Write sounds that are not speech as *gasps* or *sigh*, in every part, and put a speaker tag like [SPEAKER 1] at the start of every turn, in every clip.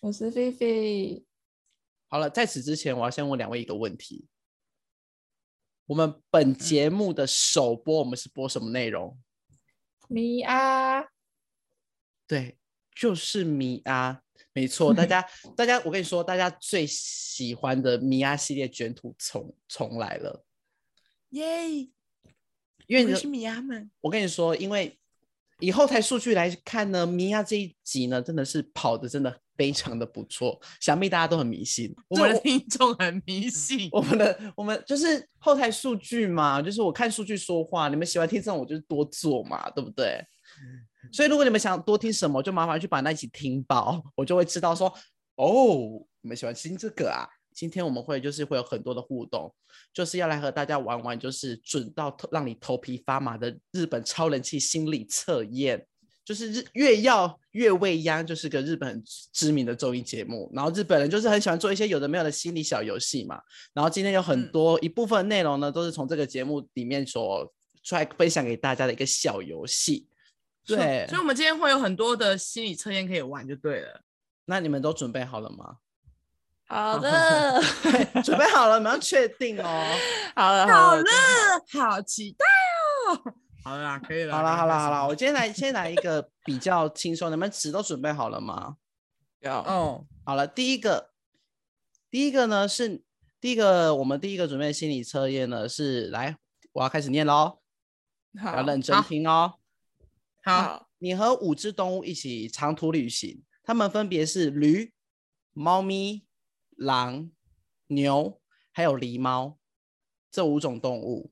[SPEAKER 1] 我是菲菲，
[SPEAKER 2] 好了，在此之前，我要先问两位一个问题：我们本节目的首播，我们是播什么内容？
[SPEAKER 1] 米啊，
[SPEAKER 2] 对，就是米啊，没错。大
[SPEAKER 3] *laughs*
[SPEAKER 2] 家，大家，我跟你说，大家最喜欢的米啊系列卷土重重来了，
[SPEAKER 3] 耶！
[SPEAKER 2] 因为
[SPEAKER 3] 我
[SPEAKER 2] 你
[SPEAKER 3] 是米亚们，
[SPEAKER 2] 我跟你说，因为以后台数据来看呢，米娅这一集呢，真的是跑的真的非常的不错，想必大家都很迷信。
[SPEAKER 3] 我
[SPEAKER 2] 这
[SPEAKER 3] 们的听众很迷信，
[SPEAKER 2] 我们的我们就是后台数据嘛，就是我看数据说话，你们喜欢听这种，我就是多做嘛，对不对？所以如果你们想多听什么，就麻烦去把那一集听饱，我就会知道说，哦，你们喜欢听这个啊。今天我们会就是会有很多的互动，就是要来和大家玩玩，就是准到头让你头皮发麻的日本超人气心理测验。就是日越要越未央，就是个日本很知名的综艺节目。然后日本人就是很喜欢做一些有的没有的心理小游戏嘛。然后今天有很
[SPEAKER 3] 嗯
[SPEAKER 2] 多、一部分内容呢，都是从这个节目里面所出来分享给大家的一个小游戏。
[SPEAKER 3] 所以
[SPEAKER 2] 对
[SPEAKER 3] 所以，我们今天会有很多的心理测验可以玩，就对了。
[SPEAKER 2] 那你们都准备好了吗？ *laughs*
[SPEAKER 1] 好
[SPEAKER 4] *laughs*
[SPEAKER 1] 的，
[SPEAKER 2] 对，准备好了，我们要确定哦。
[SPEAKER 1] 好了，
[SPEAKER 3] 好
[SPEAKER 1] 了
[SPEAKER 3] 了，，好期待哦！好啦，可以了。
[SPEAKER 2] 好了，好了，好了，
[SPEAKER 3] 了，
[SPEAKER 2] 我今天来先来一个比较轻松的，你们纸都准备好了吗？
[SPEAKER 3] 哦，
[SPEAKER 2] 好了，第一个，第一个呢是第一个，我们第一个准备的心理测验呢是来，我要开始念喽，要认真
[SPEAKER 3] 好
[SPEAKER 2] 听哦。
[SPEAKER 3] 好，
[SPEAKER 2] 你和五只动物一起长途旅行，它们分别是驴、猫咪、狼、牛，还有狸猫这五种动物。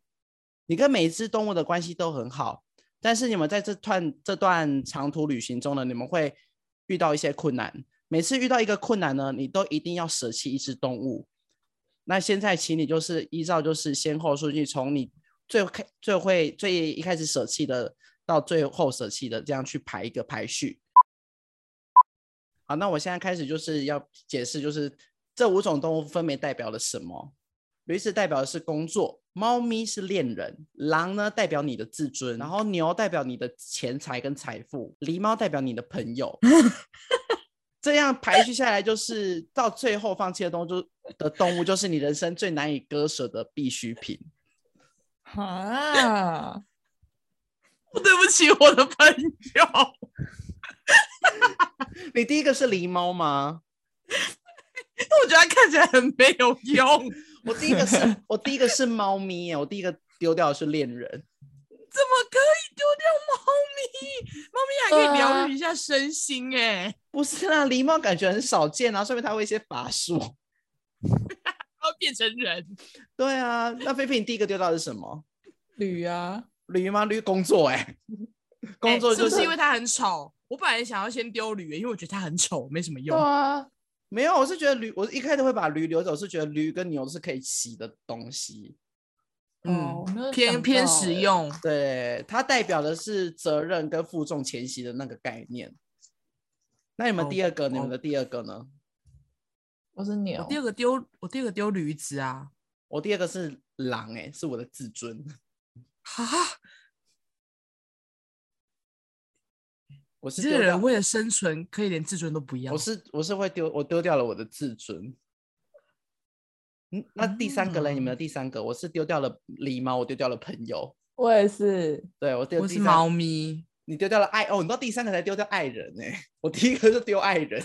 [SPEAKER 2] 你跟每一只动物的关系都很好，但是你们在这段这段长途旅行中呢，你们会遇到一些困难。每次遇到一个困难呢，你都一定要舍弃一只动物。那现在，请你就是依照就是先后顺序，从你最开最会最一开始舍弃的，到最后舍弃的，这样去排一个排序。好，那我现在开始就是要解释，就是这五种动物分别代表了什么。驴子代表的是工作，猫咪是恋人，狼呢代表你的自尊，然后牛代表你的钱财跟财富，狸猫代表你的朋友。这样排序下来，就是到最后放弃的动物就的动物，就是你人生最难以割舍的必需品。
[SPEAKER 1] 啊， *laughs*
[SPEAKER 3] 对不起，我的朋友，
[SPEAKER 2] 你第一个是狸猫吗？
[SPEAKER 3] 我觉得他看起来很没有
[SPEAKER 2] *laughs*
[SPEAKER 3] 用，
[SPEAKER 2] 我第一
[SPEAKER 3] *laughs*
[SPEAKER 2] 个是我第一个是猫咪耶，我第一个丢掉的是恋人。
[SPEAKER 3] 怎么可以丢掉猫咪？猫咪还可以
[SPEAKER 2] 啊
[SPEAKER 3] 疗愈一下身心，哎，
[SPEAKER 2] 不是啦，狸猫感觉很少见啊，说明它会一些法术。
[SPEAKER 3] 它会变成人。
[SPEAKER 2] 对啊，那菲菲你第一个丢掉的是什么？
[SPEAKER 1] 驴啊，
[SPEAKER 2] 驴吗？驴工作哎、
[SPEAKER 3] *laughs*
[SPEAKER 2] 工作
[SPEAKER 3] 欸是
[SPEAKER 2] 就
[SPEAKER 3] 不是因
[SPEAKER 2] 为
[SPEAKER 3] 为它很丑？我本来想要先丢驴，因为我觉得它很丑，没什么
[SPEAKER 1] 对
[SPEAKER 3] 用。
[SPEAKER 1] 啊，
[SPEAKER 2] 没有，我是觉得驴，我一开始会把驴留走，是觉得驴跟牛是可以骑的东西。
[SPEAKER 1] 哦
[SPEAKER 2] 啊
[SPEAKER 3] 嗯，，
[SPEAKER 1] 我没有想
[SPEAKER 3] 偏偏
[SPEAKER 1] 到
[SPEAKER 3] 实
[SPEAKER 1] 欸，
[SPEAKER 3] 用。
[SPEAKER 2] 对，它代表的是责任跟负重前行的那个概念。那你们
[SPEAKER 3] 哦
[SPEAKER 2] 第二个，你
[SPEAKER 3] 哦
[SPEAKER 2] 们的第二个呢？
[SPEAKER 1] 我是牛
[SPEAKER 3] 我，第二个丢，我第二个丢驴子啊！
[SPEAKER 2] 我第二个是狼、欸，哎，是我的自尊。
[SPEAKER 3] 哈，
[SPEAKER 2] 我是
[SPEAKER 3] 这
[SPEAKER 2] 丢
[SPEAKER 3] 个
[SPEAKER 2] 掉
[SPEAKER 3] 人为了生存，可以连自尊都不要
[SPEAKER 2] 我。是我是会丢，我丢掉了我的自尊。嗯，那第三个嘞？你们
[SPEAKER 3] 啊
[SPEAKER 2] 的第三个，我是丢掉了狸猫，我丢掉了朋友，
[SPEAKER 1] 我也是，
[SPEAKER 2] 对我丢
[SPEAKER 3] 我
[SPEAKER 2] 第
[SPEAKER 3] 是
[SPEAKER 2] 三
[SPEAKER 3] 猫，咪，
[SPEAKER 2] 你丢掉了爱哦，你到第三个才丢掉爱人呢、我第一个是丢爱人，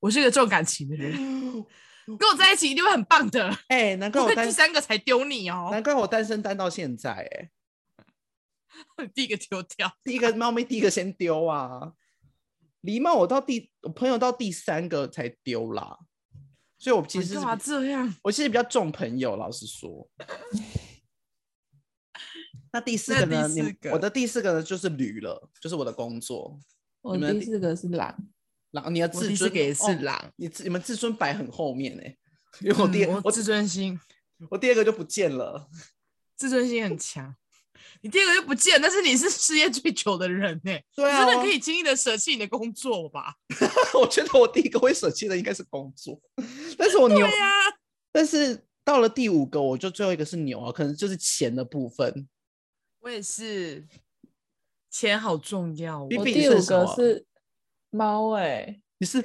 [SPEAKER 3] 我是一个重感情
[SPEAKER 2] *laughs*
[SPEAKER 3] 的人，跟我在一起一定会很棒的。
[SPEAKER 2] 哎、难怪
[SPEAKER 3] 我
[SPEAKER 2] 我
[SPEAKER 3] 在
[SPEAKER 2] 单
[SPEAKER 3] 第三个才丢你哦，
[SPEAKER 2] 难怪我单身单到现在、哎，
[SPEAKER 3] *laughs* 第一个丢掉。
[SPEAKER 2] 第一个猫咪第一个先丢啊，狸猫我到第我朋友到第三个才丢啦，所以我其实是
[SPEAKER 3] 干嘛
[SPEAKER 2] 比
[SPEAKER 3] 这样？
[SPEAKER 2] 我其实比较重朋友，老实说。那第四
[SPEAKER 3] 那
[SPEAKER 2] 个
[SPEAKER 3] 第
[SPEAKER 2] 呢？你
[SPEAKER 3] 四
[SPEAKER 2] 我
[SPEAKER 3] 个
[SPEAKER 2] 的第四个呢就是驴了，就是我的工作。
[SPEAKER 1] 我
[SPEAKER 2] 你们
[SPEAKER 1] 第
[SPEAKER 2] 第
[SPEAKER 1] 四个是狼，
[SPEAKER 2] 狼，你的
[SPEAKER 3] 我
[SPEAKER 2] 自
[SPEAKER 3] 第一次
[SPEAKER 2] 尊
[SPEAKER 3] 给的是
[SPEAKER 2] 哦
[SPEAKER 3] 狼
[SPEAKER 2] 你自你们自尊摆很后面哎、因为我第、
[SPEAKER 3] 嗯
[SPEAKER 2] 我
[SPEAKER 3] 我自尊心，
[SPEAKER 2] 我第二个就不见了，
[SPEAKER 3] 自尊心很强。你第二个就不见，但是你是失业最久的人呢、
[SPEAKER 2] 对
[SPEAKER 3] 你
[SPEAKER 2] 啊，
[SPEAKER 3] 真的可以轻易的舍弃你的工作吧？
[SPEAKER 2] 我觉得我第一个会舍弃的应该是工作，但是我牛，
[SPEAKER 3] 对啊呀、
[SPEAKER 2] 但是到了第五个，我就最后一个是牛啊，可能就是钱的部分。
[SPEAKER 3] 我也是，钱好重要哦。
[SPEAKER 2] 比
[SPEAKER 1] 我
[SPEAKER 2] 比
[SPEAKER 1] 第
[SPEAKER 2] 是
[SPEAKER 1] 五
[SPEAKER 2] 什
[SPEAKER 1] 个
[SPEAKER 2] 么
[SPEAKER 1] 是猫哎，
[SPEAKER 2] 你
[SPEAKER 3] *laughs*
[SPEAKER 2] 是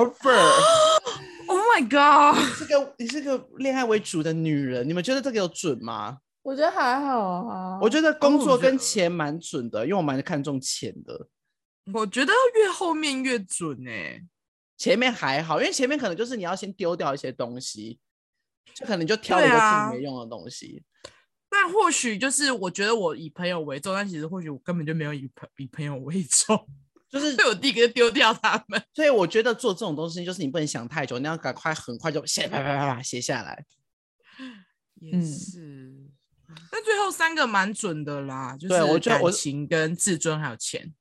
[SPEAKER 2] lover，
[SPEAKER 3] Oh my god！
[SPEAKER 2] 是个你是个恋爱为主的女人，你们觉得这个有准吗？
[SPEAKER 1] 我觉得还好啊。
[SPEAKER 2] 我觉得工
[SPEAKER 3] 哦我
[SPEAKER 2] 作
[SPEAKER 3] 觉
[SPEAKER 2] 跟
[SPEAKER 3] 得
[SPEAKER 2] 钱蛮准的，因为我蛮看重钱的。
[SPEAKER 3] 我觉得越后面越准哎、
[SPEAKER 2] 前面还好，因为前面可能就是你要先丢掉一些东西，就可能你就挑了一
[SPEAKER 3] 对
[SPEAKER 2] 个
[SPEAKER 3] 啊
[SPEAKER 2] 自己没用的东西。
[SPEAKER 3] 但或许就是我觉得我以朋友为重，但其实或许我根本就没有以朋以朋友为
[SPEAKER 2] *laughs*
[SPEAKER 3] 重，
[SPEAKER 2] 就是
[SPEAKER 3] 所以我第一个就丢掉他们。
[SPEAKER 2] 所以我觉得做这种东西，就是你不能想太久，你要赶快很快就写啪啪啪啪写下来。
[SPEAKER 3] 也
[SPEAKER 1] 嗯
[SPEAKER 3] 是，但最后三个蛮准的啦，就
[SPEAKER 2] 对我
[SPEAKER 3] 是
[SPEAKER 2] 觉得我
[SPEAKER 3] 感情、跟自尊还有钱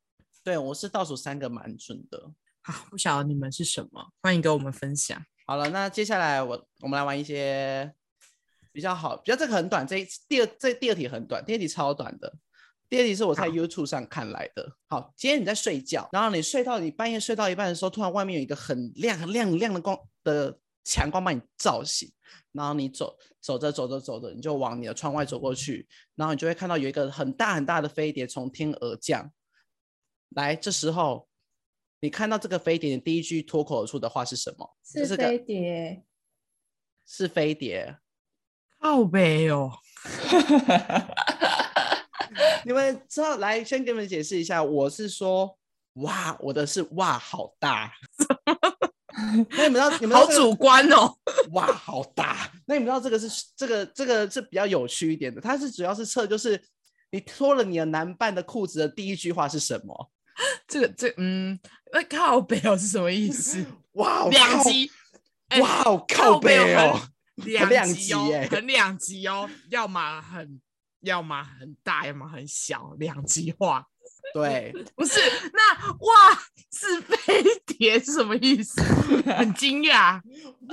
[SPEAKER 2] 对我是倒数三个蛮准的。
[SPEAKER 3] 啊。不晓得你们是什么，欢迎跟我们分享。
[SPEAKER 2] 好了，那接下来我我们来玩一些比较好，比较这个很短，这一第二这第二题很短，第二题超短的。第二题是我在
[SPEAKER 3] 好
[SPEAKER 2] YouTube 上看来的。好，今天你在睡觉，然后你睡到你半夜睡到一半的时候，突然外面有一个很亮很亮很亮的光的强光把你照醒，然后你走走着走着走着，你就往你的窗外走过去，然后你就会看到有一个很大很大的飞碟从天而降。来，这时候你看到这个飞碟，你第一句脱口而出的话是什么？这
[SPEAKER 1] 是
[SPEAKER 2] 个
[SPEAKER 1] 飞碟， *laughs*
[SPEAKER 2] 是飞碟。
[SPEAKER 3] 靠背哦，
[SPEAKER 2] 你们知道，来先给你们解释一下，我是说，哇，我的是哇，好大。 *laughs* 那你们知道，你们知
[SPEAKER 3] 好
[SPEAKER 2] 道这个
[SPEAKER 3] 主观哦。
[SPEAKER 2] 哇，好大。那你们知道这个是这个这个是比较有趣一点的，它是主要是测就是你脱了你的男伴的裤子的第一句话是什么？
[SPEAKER 3] 这个这嗯，那靠背哦是什么意思？
[SPEAKER 2] 哇，我
[SPEAKER 3] 两
[SPEAKER 2] 哦靠，
[SPEAKER 3] 极，哎
[SPEAKER 2] 哇，我靠
[SPEAKER 3] 靠背
[SPEAKER 2] 背
[SPEAKER 3] 哦
[SPEAKER 2] 哦，
[SPEAKER 3] 很
[SPEAKER 2] 两
[SPEAKER 3] 两极
[SPEAKER 2] 极
[SPEAKER 3] 哦
[SPEAKER 2] 耶，
[SPEAKER 3] 很两极哦，要么很，要么很大，要么很小，两极化。
[SPEAKER 2] 对，
[SPEAKER 3] 不是，那哇，是飞碟是什么意思？很惊
[SPEAKER 2] *laughs*
[SPEAKER 3] 讶，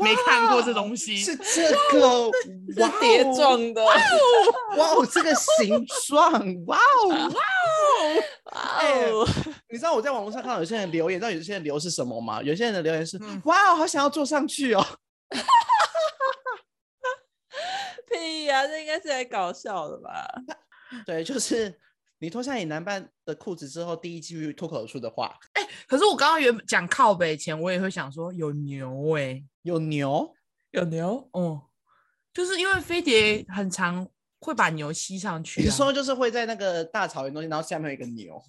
[SPEAKER 3] 没看过这东西。
[SPEAKER 2] 是这个
[SPEAKER 1] 是
[SPEAKER 2] 哇
[SPEAKER 1] 碟
[SPEAKER 2] 哦
[SPEAKER 1] 状的。
[SPEAKER 2] 哇哦，这个形状，哇哦，哇哦！哎
[SPEAKER 1] 哦，
[SPEAKER 2] 你知道我在网络上看到有些人留言，知道有些人留是什么吗？有些人的留言是
[SPEAKER 3] 嗯
[SPEAKER 2] “哇哦，好想要坐上去哦
[SPEAKER 1] *laughs*
[SPEAKER 2] *laughs*
[SPEAKER 1] 屁呀，这应该是来搞笑的吧？”。
[SPEAKER 2] 对，就是你脱下你男伴的裤子之后，第一句脱口而出的话
[SPEAKER 3] 可是我刚刚原本讲靠北前，我也会想说有牛哎、
[SPEAKER 2] 有牛，
[SPEAKER 1] 有牛，
[SPEAKER 3] 哦，就是因为飞碟很常会把牛吸上去、啊。
[SPEAKER 2] 你说就是会在那个大草原中间，然后下面有一个牛。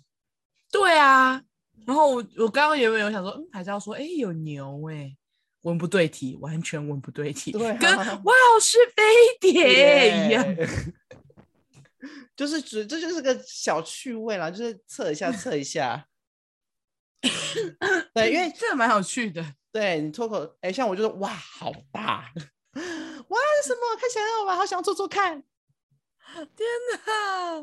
[SPEAKER 3] 对啊，然后我我刚刚原本有想说，嗯，还是要说，哎、有牛哎、文不对题，完全文不对题，
[SPEAKER 2] 对啊
[SPEAKER 3] 跟 *laughs* 哇是飞碟一样。
[SPEAKER 2] 耶 *laughs* 就是只这就是个小趣味啦，就是测一下测一下。对，
[SPEAKER 3] *laughs*
[SPEAKER 2] 因为
[SPEAKER 3] 这个蛮有趣的，
[SPEAKER 2] 对你脱口，哎，像我就说哇，好大， *laughs* 哇，什么看起来很好玩，好想做做看。
[SPEAKER 3] 天哪！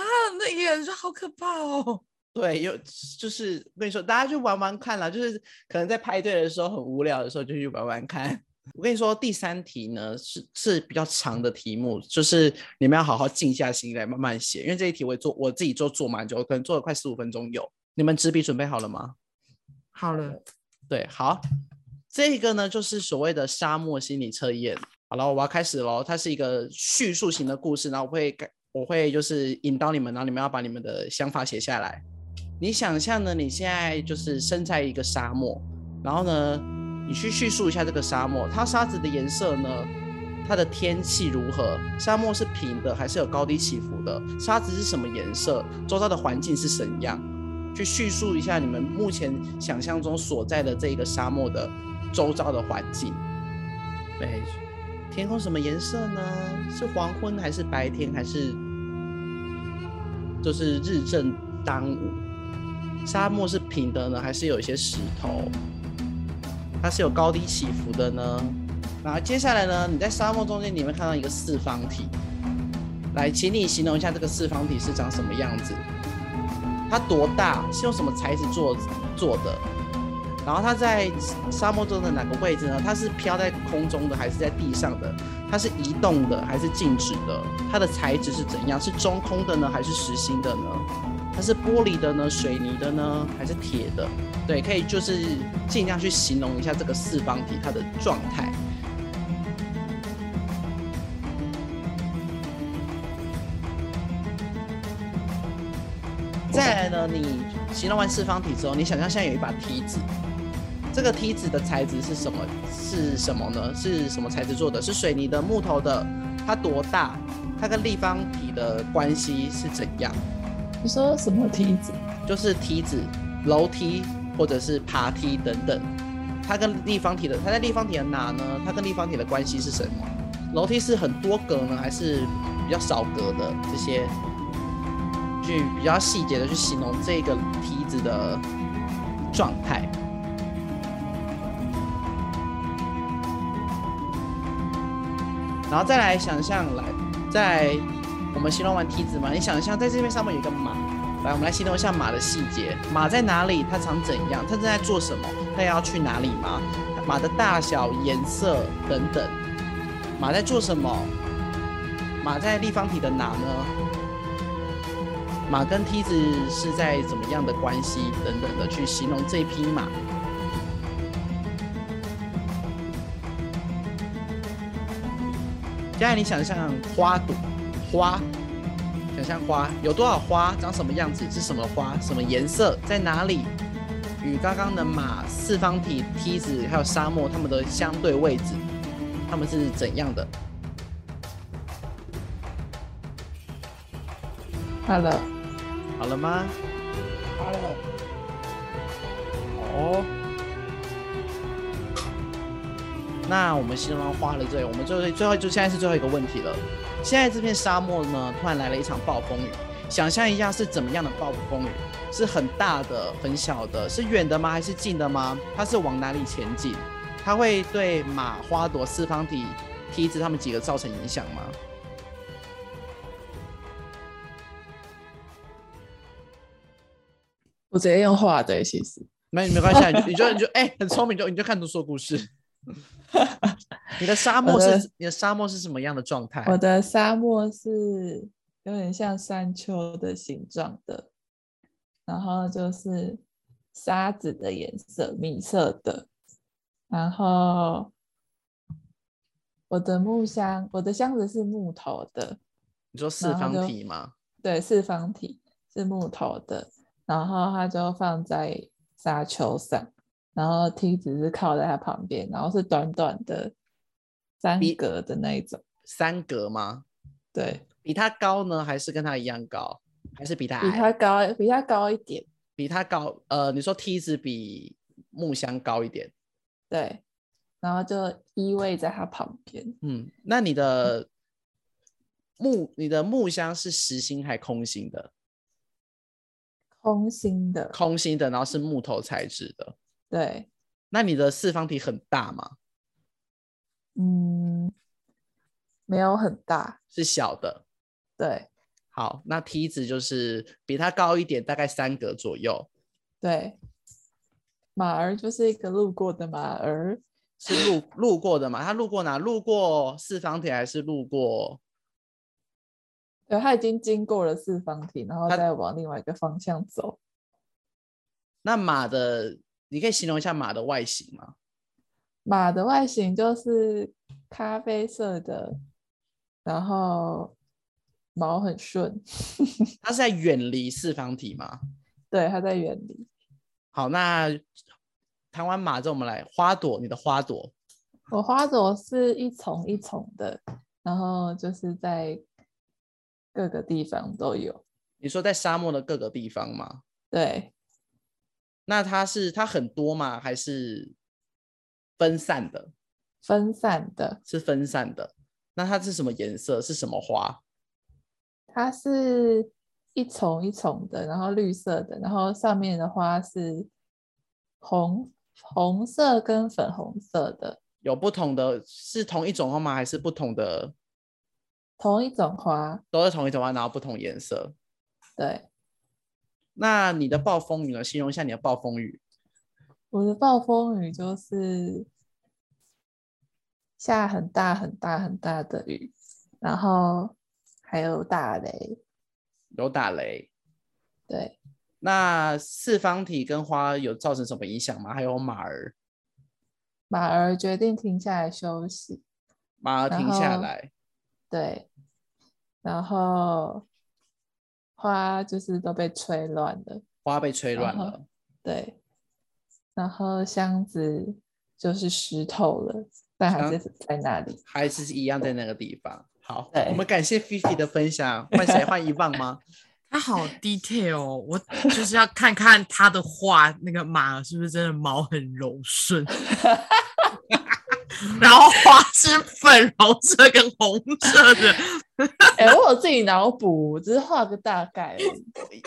[SPEAKER 3] 啊，那一个人说好可怕哦，
[SPEAKER 2] 对，有就是我跟你说，大家去玩玩看啦，就是可能在排队的时候很无聊的时候就去玩玩看。 *laughs* 我跟你说，第三题呢是是比较长的题目，就是你们要好好静下心来慢慢写，因为这一题我也做我自己做做蛮久，可能做了快十五分钟有。你们纸笔准备好了吗？
[SPEAKER 3] 好了，
[SPEAKER 2] 对，好，这个呢就是所谓的沙漠心理测验。好了，我要开始喽。它是一个叙述型的故事，然后我会改，我会就是引导你们，然后你们要把你们的想法写下来。你想象呢，你现在就是身在一个沙漠，然后呢，你去叙述一下这个沙漠，它沙子的颜色呢，它的天气如何？沙漠是平的还是有高低起伏的？沙子是什么颜色？周遭的环境是怎样？去叙述一下你们目前想象中所在的这一个沙漠的周遭的环境。对，天空什么颜色呢？是黄昏还是白天还是就是日正当午？沙漠是平的呢，还是有一些石头？它是有高低起伏的呢？然后接下来呢，你在沙漠中间，你会看到一个四方体。来，请你形容一下这个四方体是长什么样子？它多大？是用什么材质做做的？然后它在沙漠中的哪个位置呢？它是飘在空中的，还是在地上的？它是移动的，还是静止的？它的材质是怎样？是中空的呢，还是实心的呢？它是玻璃的呢，水泥的呢，还是铁的？对，可以就是尽量去形容一下这个四方体它的状态。再来呢，你形容完四方体之后，你想象现在有一把梯子，这个梯子的材质是什么？是什么呢？是什么材质做的？是水泥的、木头的？它多大？它跟立方体的关系是怎样？
[SPEAKER 4] 你说什么梯子？
[SPEAKER 2] 就是梯子、楼梯或者是爬梯等等，它跟立方体的，它在立方体的哪呢？它跟立方体的关系是什么？楼梯是很多格呢，还是比较少格的？这些去比较细节的去形容这个梯子的状态。然后再来想象来，在我们形容完梯子嘛，你想象在这边上面有一个马，来，我们来形容一下马的细节。马在哪里？它长怎样？它正在做什么？它要去哪里吗？马的大小、颜色等等。马在做什么？马在立方体的哪呢？马跟梯子是在怎么样的关系等等的去形容这匹马。现在你想象花朵，花想象花有多少花，长什么样子，是什么花，什么颜色，在哪里？与刚刚的马、四方体、梯子还有沙漠它们的相对位置，它们是怎样的？
[SPEAKER 4] 好了，
[SPEAKER 2] 好了吗？
[SPEAKER 4] 好了，
[SPEAKER 2] 哦。那我们形容花了这，我们最后最后就现在是最后一个问题了。现在这片沙漠呢，突然来了一场暴风雨，想象一下是怎么样的暴风雨？是很大的、很小的，是远的吗？还是近的吗？它是往哪里前进？它会对马、花朵、四方体、梯子它们几个造成影响吗？
[SPEAKER 4] 我直接用画的欸，其实
[SPEAKER 2] 没没关系啊，你就你就哎、很聪明，就你就看图说故事。你的沙漠
[SPEAKER 4] 我
[SPEAKER 2] 是
[SPEAKER 4] 的
[SPEAKER 2] 你的沙漠是什么样的状态？
[SPEAKER 4] 呃我的沙漠是有点像山丘的形状的，然后就是沙子的颜色，米色的，然后我的木箱，我的箱子是木头的，
[SPEAKER 2] 你说四
[SPEAKER 4] 然后
[SPEAKER 2] 方
[SPEAKER 4] 就
[SPEAKER 2] 体吗？
[SPEAKER 4] 对，四方体是木头的，然后它就放在沙丘上，然后梯子是靠在它旁边，然后是短短的三
[SPEAKER 2] 比
[SPEAKER 4] 格的那一种，
[SPEAKER 2] 三格吗？
[SPEAKER 4] 对
[SPEAKER 2] 比它高呢，还是跟它一样高？还是比它
[SPEAKER 4] 比
[SPEAKER 2] 矮？
[SPEAKER 4] 它高，比它高一点，
[SPEAKER 2] 比它高？呃，你说梯子比木箱高一点？
[SPEAKER 4] 对，然后就依偎在它旁边，
[SPEAKER 2] 嗯，那你的木你的木箱是实心还空心的？
[SPEAKER 4] 空心的，
[SPEAKER 2] 空心的，然后是木头材质的。
[SPEAKER 4] 对，
[SPEAKER 2] 那你的四方体很大吗？
[SPEAKER 4] 嗯，没有很大，
[SPEAKER 2] 是小的。
[SPEAKER 4] 对
[SPEAKER 2] 好，那梯子就是比它高一点，大概三格左右，
[SPEAKER 4] 对，马儿就是一个路过的马儿，
[SPEAKER 2] 是路路过的嘛？它路过哪？路过四方体还是路过
[SPEAKER 4] 对，它已经经过了四方体，然后
[SPEAKER 2] 它
[SPEAKER 4] 再往另外一个方向走。
[SPEAKER 2] 那马的，你可以形容一下马的外形吗？
[SPEAKER 4] 马的外形就是咖啡色的，然后毛很顺，
[SPEAKER 2] 它是在远离四方体吗？
[SPEAKER 4] 对，它在远离。
[SPEAKER 2] 好，那谈完马之后，我们来花朵，你的花朵
[SPEAKER 4] 我花朵是一丛一丛的，然后就是在各个地方都有。
[SPEAKER 2] 你说在沙漠的各个地方吗？
[SPEAKER 4] 对，
[SPEAKER 2] 那它是它很多吗？还是分散的？
[SPEAKER 4] 分散的，
[SPEAKER 2] 是分散的。那它是什么颜色？是什么花？
[SPEAKER 4] 它是一丛一丛的，然后绿色的，然后上面的花是红红色跟粉红色的，
[SPEAKER 2] 有不同的，是同一种花吗？还是不同的？
[SPEAKER 4] 同一种花。
[SPEAKER 2] 都是同一种花，然后不同颜色。
[SPEAKER 4] 对，
[SPEAKER 2] 那你的暴风雨呢？形容一下你的暴风雨。
[SPEAKER 4] 我的暴风雨就是下很大很大很大的雨，然后还有打雷。
[SPEAKER 2] 有打雷。
[SPEAKER 4] 对，
[SPEAKER 2] 那四方体跟花有造成什么影响吗？还有马儿，
[SPEAKER 4] 马儿决定停下来休息。
[SPEAKER 2] 马儿
[SPEAKER 4] 然
[SPEAKER 2] 停下
[SPEAKER 4] 后
[SPEAKER 2] 来，
[SPEAKER 4] 对，然后花就是都被吹乱了。
[SPEAKER 2] 花被吹
[SPEAKER 4] 然
[SPEAKER 2] 乱
[SPEAKER 4] 后
[SPEAKER 2] 了。
[SPEAKER 4] 对，然后箱子就是湿透了，但还
[SPEAKER 2] 箱
[SPEAKER 4] 是在那里。 *laughs*
[SPEAKER 2] 还是一样在那个地方。好，
[SPEAKER 4] 对
[SPEAKER 2] 我们感谢菲菲的分享。换谁？换一棒吗？
[SPEAKER 3] 他好 detail，哦我就是要看看他的画，那个马儿是不是真的毛很柔 *laughs* 顺，然后花是粉红色跟红色的，
[SPEAKER 4] 哎、我有自己脑补，只是画个大概而哦已。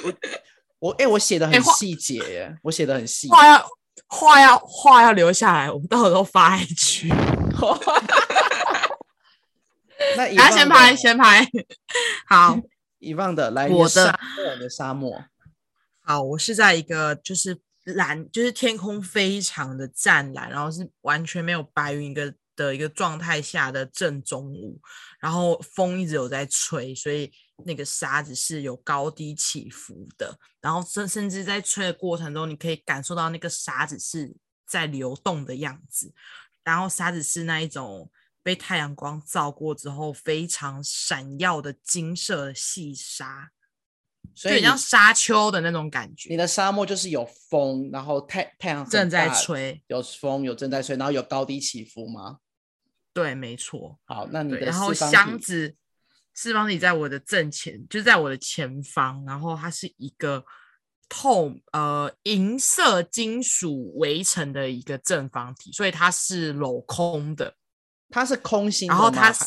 [SPEAKER 2] 我哎、我写的
[SPEAKER 3] 哎
[SPEAKER 2] 很
[SPEAKER 3] 画
[SPEAKER 2] 细节耶，我写的很细。
[SPEAKER 3] *laughs* 画要画要画要留下来，我们到时候都发 I 区，
[SPEAKER 2] 那一
[SPEAKER 3] 大
[SPEAKER 2] 棒
[SPEAKER 3] 家先
[SPEAKER 2] 的
[SPEAKER 3] 拍先拍， *laughs* 好。
[SPEAKER 2] 一棒的来，
[SPEAKER 3] 我
[SPEAKER 2] 你的沙
[SPEAKER 3] 的
[SPEAKER 2] 漠，我的沙漠，
[SPEAKER 3] 好，我是在一个就是蓝，就是天空非常的湛蓝，然后是完全没有白云一个的一个状态下的正中午，然后风一直有在吹，所以那个沙子是有高低起伏的，然后甚甚至在吹的过程中，你可以感受到那个沙子是在流动的样子，然后沙子是那一种被太阳光照过之后非常闪耀的金色的细沙。
[SPEAKER 2] 所
[SPEAKER 3] 就
[SPEAKER 2] 以
[SPEAKER 3] 很像
[SPEAKER 2] 你
[SPEAKER 3] 沙丘的那种感觉，
[SPEAKER 2] 你的沙漠就是有风，然后太太阳很
[SPEAKER 3] 正在
[SPEAKER 2] 大，
[SPEAKER 3] 吹，
[SPEAKER 2] 有风有正在吹，然后有高低起伏吗？
[SPEAKER 3] 对，没错，
[SPEAKER 2] 好，那你
[SPEAKER 3] 对。
[SPEAKER 2] 的
[SPEAKER 3] 然后
[SPEAKER 2] 四方
[SPEAKER 3] 箱
[SPEAKER 2] 体
[SPEAKER 3] 子，四方体在我的正前，就是在我的前方，然后它是一个透呃银色金属围成的一个正方体，所以它是镂空的，
[SPEAKER 2] 它是空心的
[SPEAKER 3] 然
[SPEAKER 2] 吗，
[SPEAKER 3] 后它
[SPEAKER 2] 还
[SPEAKER 3] 是，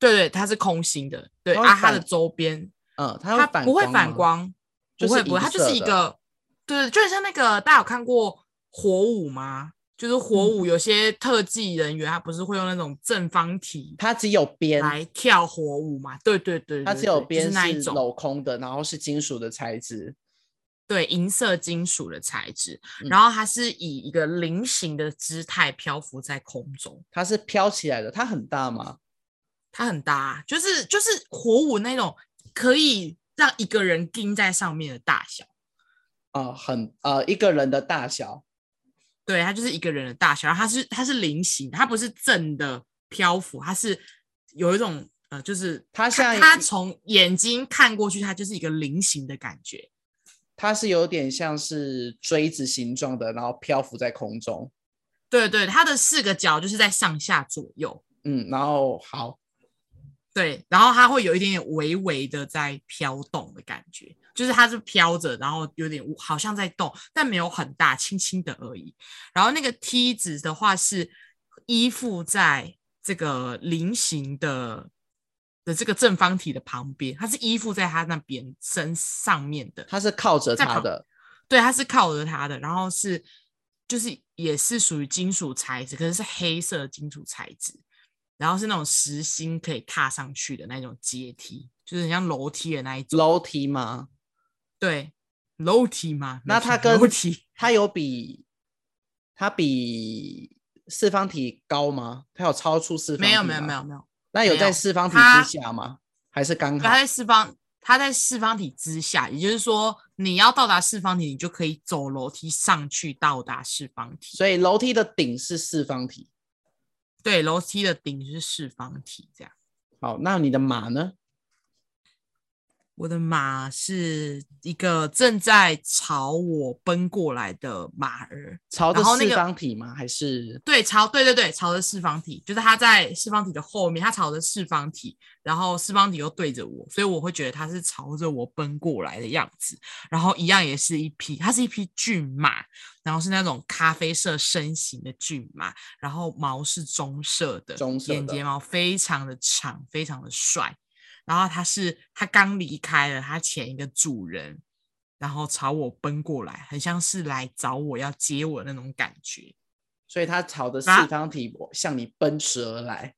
[SPEAKER 3] 对对，它是空心的，对
[SPEAKER 2] 它会
[SPEAKER 3] 啊，它的
[SPEAKER 2] 反
[SPEAKER 3] 周边
[SPEAKER 2] 嗯，它
[SPEAKER 3] 它
[SPEAKER 2] 反
[SPEAKER 3] 不会
[SPEAKER 2] 光
[SPEAKER 3] 反
[SPEAKER 2] 吗，
[SPEAKER 3] 光，
[SPEAKER 2] 就
[SPEAKER 3] 不
[SPEAKER 2] 是
[SPEAKER 3] 会不会，
[SPEAKER 2] 银
[SPEAKER 3] 它就是
[SPEAKER 2] 色
[SPEAKER 3] 一
[SPEAKER 2] 的
[SPEAKER 3] 个，对，就很像那个大家有看过火舞吗？就是火
[SPEAKER 2] 嗯
[SPEAKER 3] 舞，有些特技人员他不是会用那种正方体
[SPEAKER 2] 它只有边，
[SPEAKER 3] 来跳火舞嘛？对对对，
[SPEAKER 2] 它
[SPEAKER 3] 对
[SPEAKER 2] 只有
[SPEAKER 3] 对就
[SPEAKER 2] 边
[SPEAKER 3] 是那一种
[SPEAKER 2] 镂空的，然后是金属的材质，
[SPEAKER 3] 对银色金属的材质，
[SPEAKER 2] 嗯
[SPEAKER 3] 然后它是以一个菱形的姿态漂浮在空中，
[SPEAKER 2] 它是飘起来的，它很大吗？
[SPEAKER 3] 它很大啊，就是就是火舞那种可以让一个人钉在上面的大小。
[SPEAKER 2] 啊、很呃一个人的大小，
[SPEAKER 3] 对，它就是一个人的大小，然后它是它是菱形，它不是正的漂浮，它是有一种呃，就是
[SPEAKER 2] 它像
[SPEAKER 3] 它从眼睛看过去，它就是一个菱形的感觉。
[SPEAKER 2] 它是有点像是锥子形状的，然后漂浮在空中。
[SPEAKER 3] 对对，它的四个角就是在上下左右，
[SPEAKER 2] 嗯，然后好，
[SPEAKER 3] 对，然后它会有一点点微微的在飘动的感觉，就是它是飘着，然后有点好像在动，但没有很大，轻轻的而已。然后那个梯子的话是依附在这个菱形的的这个正方体的旁边，它是依附在它那边身上面的，
[SPEAKER 2] 它是靠着
[SPEAKER 3] 在
[SPEAKER 2] 它
[SPEAKER 3] 旁
[SPEAKER 2] 的，
[SPEAKER 3] 对，它是靠着它的，然后是就是也是属于金属材质，可是是黑色金属材质，然后是那种实心可以踏上去的那种阶梯，就是很像楼梯的那一种。
[SPEAKER 2] 楼梯吗？
[SPEAKER 3] 对，楼梯嘛，没
[SPEAKER 2] 那
[SPEAKER 3] 错
[SPEAKER 2] 它跟
[SPEAKER 3] 楼梯
[SPEAKER 2] 它有比它比四方体高吗？它有超出四方
[SPEAKER 3] 没有
[SPEAKER 2] 体
[SPEAKER 3] 没有
[SPEAKER 2] 吗
[SPEAKER 3] 没有。没有，
[SPEAKER 2] 那有
[SPEAKER 3] 没
[SPEAKER 2] 在
[SPEAKER 3] 有
[SPEAKER 2] 四方体
[SPEAKER 3] 它
[SPEAKER 2] 之下吗？还是刚
[SPEAKER 3] 对
[SPEAKER 2] 好
[SPEAKER 3] 它？在四方，它在四方体之下，也就是说你要到达四方体，你就可以走楼梯上去到达四方体。
[SPEAKER 2] 所以楼梯的顶是四方体。
[SPEAKER 3] 对，楼梯的顶是四方体这样。
[SPEAKER 2] 好，那你的马呢？
[SPEAKER 3] 我的马是一个正在朝我奔过来的马儿，
[SPEAKER 2] 朝着
[SPEAKER 3] 然后那
[SPEAKER 2] 四
[SPEAKER 3] 个
[SPEAKER 2] 方体吗？还是
[SPEAKER 3] 对，朝对对对，朝着四方体，就是它在四方体的后面，它朝着四方体，然后四方体又对着我，所以我会觉得它是朝着我奔过来的样子。然后一样也是一匹，它是一匹骏马，然后是那种咖啡色身形的骏马，然后毛是棕色的，
[SPEAKER 2] 棕色
[SPEAKER 3] 眼
[SPEAKER 2] 的
[SPEAKER 3] 睫毛非常的长，非常的帅。然后它是它刚离开了它前一个主人，然后朝我奔过来，很像是来找我要接我的那种感觉。
[SPEAKER 2] 所以它朝着四
[SPEAKER 3] 马
[SPEAKER 2] 方体向你奔驰而来。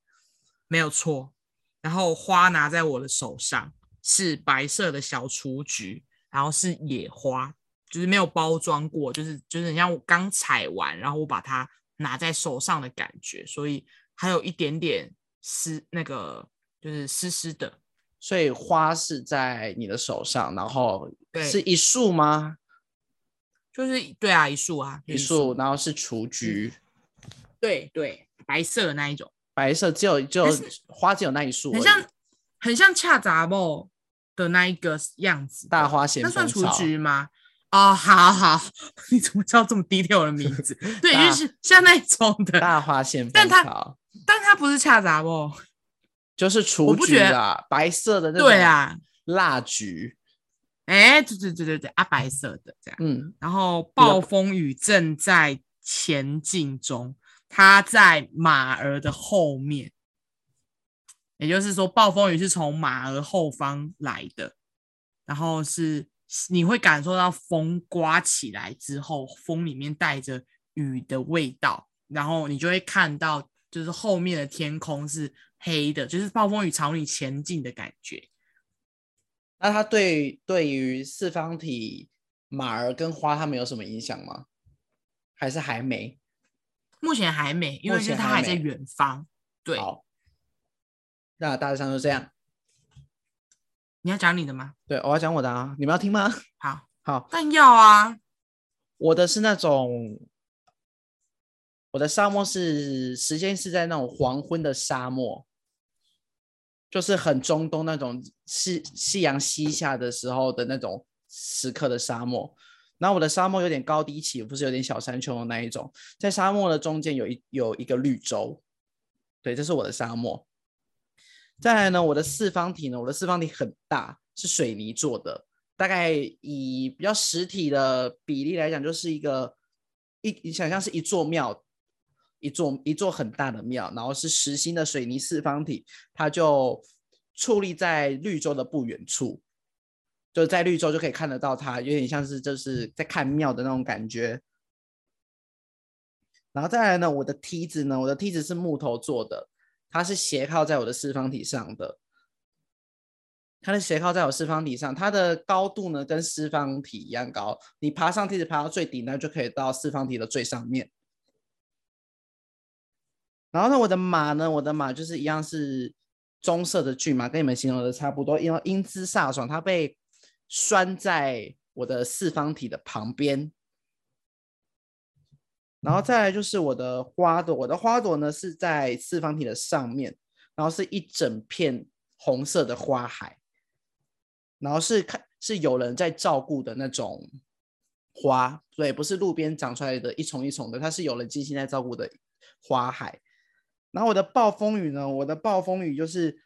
[SPEAKER 3] 没有错。然后花拿在我的手上，是白色的小雏菊，然后是野花，就是没有包装过，就是就是很像我刚采完，然后我把它拿在手上的感觉，所以还有一点点湿，那个就是湿湿的。
[SPEAKER 2] 所以花是在你的手上，然后
[SPEAKER 3] 对
[SPEAKER 2] 是一束吗？
[SPEAKER 3] 就是对啊，一束嗯啊，就
[SPEAKER 2] 一束，，然后是雏菊，
[SPEAKER 3] 对对，白色的那一种，
[SPEAKER 2] 白色只有只有
[SPEAKER 3] 但是
[SPEAKER 2] 花只有那一束而已，
[SPEAKER 3] 很像很像恰杂布的那一个样子的，
[SPEAKER 2] 大花咸
[SPEAKER 3] 那
[SPEAKER 2] 丰
[SPEAKER 3] 算雏
[SPEAKER 2] 草。
[SPEAKER 3] 菊吗？哦，好好，你怎么知道这么低调的名字？ *laughs* 对，
[SPEAKER 2] 大
[SPEAKER 3] 就是像那种的，
[SPEAKER 2] 大花咸
[SPEAKER 3] 但
[SPEAKER 2] 丰
[SPEAKER 3] 它
[SPEAKER 2] 草
[SPEAKER 3] 但它不是恰杂哦布，
[SPEAKER 2] 就是雏
[SPEAKER 3] 不
[SPEAKER 2] 菊
[SPEAKER 3] 觉得
[SPEAKER 2] 啊，白色的那种
[SPEAKER 3] 对啊，
[SPEAKER 2] 蜡菊，
[SPEAKER 3] 哎，对对对对对，啊，白色的这样。
[SPEAKER 2] 嗯，
[SPEAKER 3] 然后暴风雨正在前进中，它在马儿的后面，也就是说，暴风雨是从马儿后方来的，然后是你会感受到风刮起来之后，风里面带着雨的味道，然后你就会看到，就是后面的天空是黑的，就是暴风雨朝你前进的感觉。
[SPEAKER 2] 那它对对于四方体马儿跟花，它们有什么影响吗？还是还没？
[SPEAKER 3] 目前还没，因
[SPEAKER 2] 目
[SPEAKER 3] 为就是
[SPEAKER 2] 前
[SPEAKER 3] 它
[SPEAKER 2] 还
[SPEAKER 3] 还在
[SPEAKER 2] 没
[SPEAKER 3] 远方。对，
[SPEAKER 2] 好，那大致上就这样。
[SPEAKER 3] 你要讲你的吗？
[SPEAKER 2] 对，我要讲我的啊，你们要听吗？ *laughs*
[SPEAKER 3] 好。
[SPEAKER 2] 好，
[SPEAKER 3] 但要啊，
[SPEAKER 2] 我的是那种，我的沙漠是时间是在那种黄昏的沙漠，就是很中东那种夕夕阳西下的时候的那种时刻的沙漠。然后我的沙漠有点高低起伏，不是有点小山丘的那一种，在沙漠的中间有一有一个绿洲，对，这是我的沙漠。再来呢，我的四方体呢，我的四方体很大，是水泥做的，大概以比较实体的比例来讲，就是一个一你想象是一座庙，一座一座很大的庙，然后是实心的水泥四方体，它就矗立在绿洲的不远处，就在绿洲就可以看得到它，有点像是就是在看庙的那种感觉。然后再来呢，我的梯子呢，我的梯子是木头做的，它是斜靠在我的四方体上的，它的斜靠在我四方体上，它的高度呢跟四方体一样高。你爬上梯子爬到最顶，那就可以到四方体的最上面。然后呢，我的马呢，我的马就是一样是棕色的骏马，跟你们形容的差不多，因为英姿飒爽，它被拴在我的四方体的旁边。然后再来就是我的花朵，我的花朵呢是在四方体的上面，然后是一整片红色的花海，然后是看是有人在照顾的那种花，所以不是路边长出来的一丛一丛的，它是有人精心在照顾的花海。然后我的暴风雨呢，我的暴风雨就是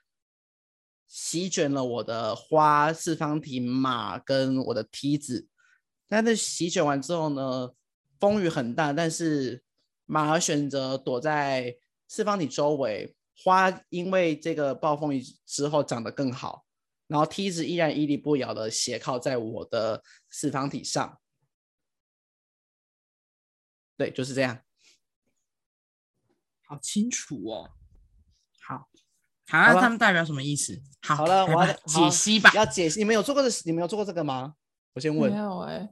[SPEAKER 2] 席卷了我的花、四方体、马跟我的梯子。但是席卷完之后呢，风雨很大，但是马儿选择躲在四方体周围，花因为这个暴风雨之后长得更好，然后梯子依然屹立不摇的斜靠在我的四方体上。对，就是这样。
[SPEAKER 3] 好清楚哦。好，好，那
[SPEAKER 2] 吧
[SPEAKER 3] 他们代表什么意思？好，
[SPEAKER 2] 好了，
[SPEAKER 3] 来
[SPEAKER 2] 我要
[SPEAKER 3] 吧
[SPEAKER 2] 好
[SPEAKER 3] 解析吧。
[SPEAKER 2] 要解析，你们有做过这？你们有做过这个吗？我先问
[SPEAKER 4] 没，有哎、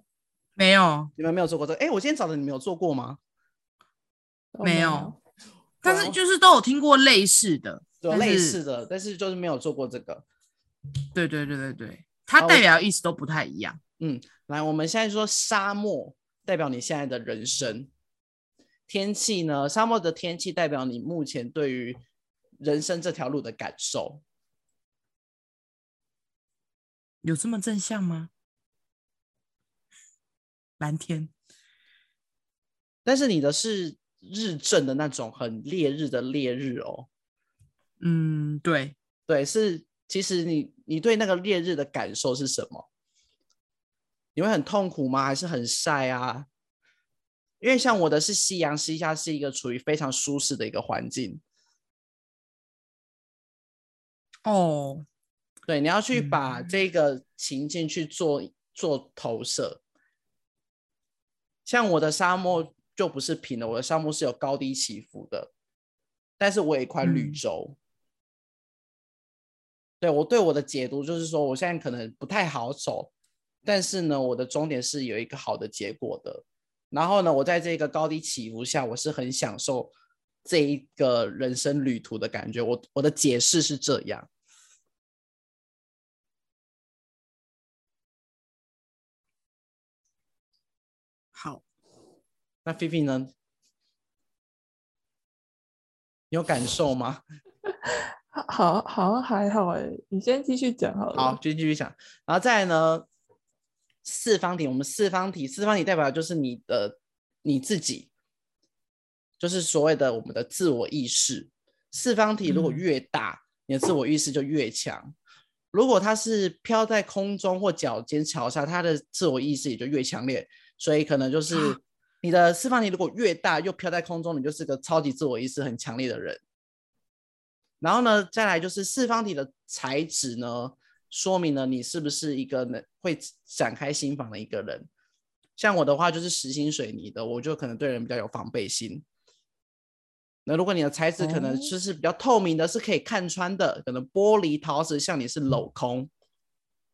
[SPEAKER 3] 没有，
[SPEAKER 2] 你们没有做过这个？哎，我今天找的你们有做过吗？
[SPEAKER 4] 都
[SPEAKER 3] 没
[SPEAKER 4] 没
[SPEAKER 3] 有但是
[SPEAKER 4] 哦
[SPEAKER 3] 就是都有听过类似的，
[SPEAKER 2] 有
[SPEAKER 3] 但
[SPEAKER 2] 类
[SPEAKER 3] 是
[SPEAKER 2] 似的，但是就是没有做过这个。
[SPEAKER 3] 对对对对对，它
[SPEAKER 2] 好
[SPEAKER 3] 代
[SPEAKER 2] 我
[SPEAKER 3] 表意思都不太一样。
[SPEAKER 2] 来，我们现在说沙漠代表你现在的人生，天气呢？沙漠的天气代表你目前对于人生这条路的感受。
[SPEAKER 3] 有这么正向吗？蓝天，
[SPEAKER 2] 但是你的是日正的那种很烈日的烈日哦，
[SPEAKER 3] 嗯，对，
[SPEAKER 2] 对，是其实你你对那个烈日的感受是什么？你会很痛苦吗？还是很晒啊？因为像我的是夕阳西下，是一个处于非常舒适的一个环境。
[SPEAKER 3] 哦，
[SPEAKER 2] 对，你要去把
[SPEAKER 3] 嗯
[SPEAKER 2] 这个情境去做做投射。像我的沙漠就不是平的，我的沙漠是有高低起伏的，但是我有一块绿
[SPEAKER 3] 嗯
[SPEAKER 2] 洲。对我对我的解读就是说，我现在可能不太好走，但是呢，我的终点是有一个好的结果的。然后呢，我在这个高低起伏下，我是很享受这一个人生旅途的感觉。我我的解释是这样，
[SPEAKER 3] 好，
[SPEAKER 2] 那菲菲呢？你有感受吗？
[SPEAKER 4] 好，好像还好哎，你先继续讲好了。
[SPEAKER 2] 好，就继续讲。然后再来呢，四方体，我们四方体，四方体代表就是你的你自己，就是所谓的我们的自我意识。四方体如果
[SPEAKER 3] 嗯
[SPEAKER 2] 越大，你的自我意识就越强。如果它是飘在空中或脚尖朝下，它的自我意识也就越强烈。所以可能就是
[SPEAKER 3] 啊
[SPEAKER 2] 你的四方体如果越大，又飘在空中，你就是个超级自我意识很强烈的人。然后呢，再来就是四方体的材质呢，说明了你是不是一个能会展开心房的一个人。像我的话就是实心水泥的，我就可能对人比较有防备心。那如果你的材质可能
[SPEAKER 4] 哦
[SPEAKER 2] 就是比较透明的，是可以看穿的，可能玻璃、陶瓷，像你是镂空，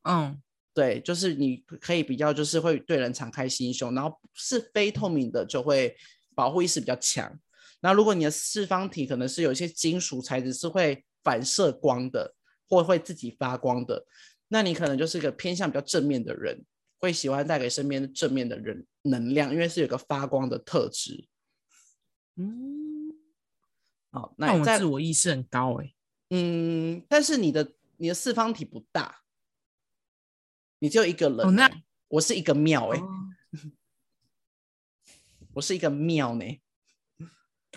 [SPEAKER 3] 嗯，
[SPEAKER 2] 对，就是你可以比较就是会对人敞开心胸，然后是非透明的就会保护意识比较强。那如果你的四方体可能是有一些金属材质是会反射光的，或会自己发光的，那你可能就是个偏向比较正面的人，会喜欢带给身边正面的人能量，因为是有个发光的特质。嗯，好，那
[SPEAKER 3] 那
[SPEAKER 2] 你
[SPEAKER 3] 我
[SPEAKER 2] 再
[SPEAKER 3] 自我意识很高哎、
[SPEAKER 2] 嗯，但是你的你的四方体不大，你只有一个人欸、
[SPEAKER 3] 哦那
[SPEAKER 2] 我是一个庙哎、
[SPEAKER 3] 哦
[SPEAKER 2] 我是一个庙呢、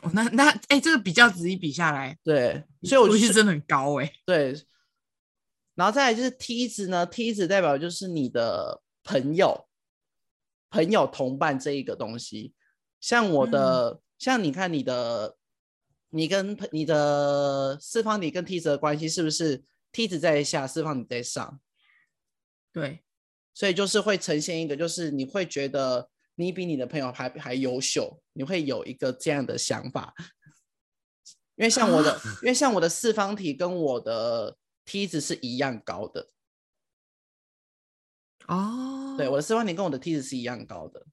[SPEAKER 3] 哦，那那哎、这个比较仔细比下来，
[SPEAKER 2] 对，所以我
[SPEAKER 3] 嗯自我
[SPEAKER 2] 就
[SPEAKER 3] 意识
[SPEAKER 2] 是
[SPEAKER 3] 真的很高哎、
[SPEAKER 2] 对，然后再来就是梯子呢，梯子代表就是你的朋友、朋友同伴这一个东西。像我的，
[SPEAKER 3] 嗯
[SPEAKER 2] 像你看你的，你跟朋你的四方体跟梯子的关系是不是梯子在下，四方体在上？
[SPEAKER 3] 对，
[SPEAKER 2] 所以就是会呈现一个，就是你会觉得你比你的朋友还还优秀，你会有一个这样的想法。因为像我
[SPEAKER 3] 啊
[SPEAKER 2] 的，因为像我的四方体跟我的梯子是一样高的，
[SPEAKER 3] 哦，
[SPEAKER 2] 对，我的四方体跟我的梯子是一样高的。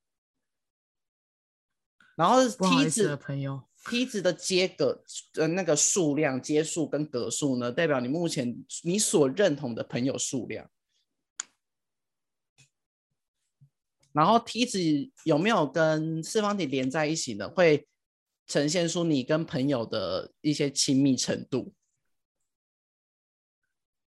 [SPEAKER 2] 然后
[SPEAKER 3] 不好
[SPEAKER 2] 梯
[SPEAKER 3] 意思
[SPEAKER 2] 子
[SPEAKER 3] 了朋友
[SPEAKER 2] 梯子的接格的那个数量、接数跟格数呢，代表你目前你所认同的朋友数量。然后梯子有没有跟四方体连在一起呢？会呈现出你跟朋友的一些亲密程度。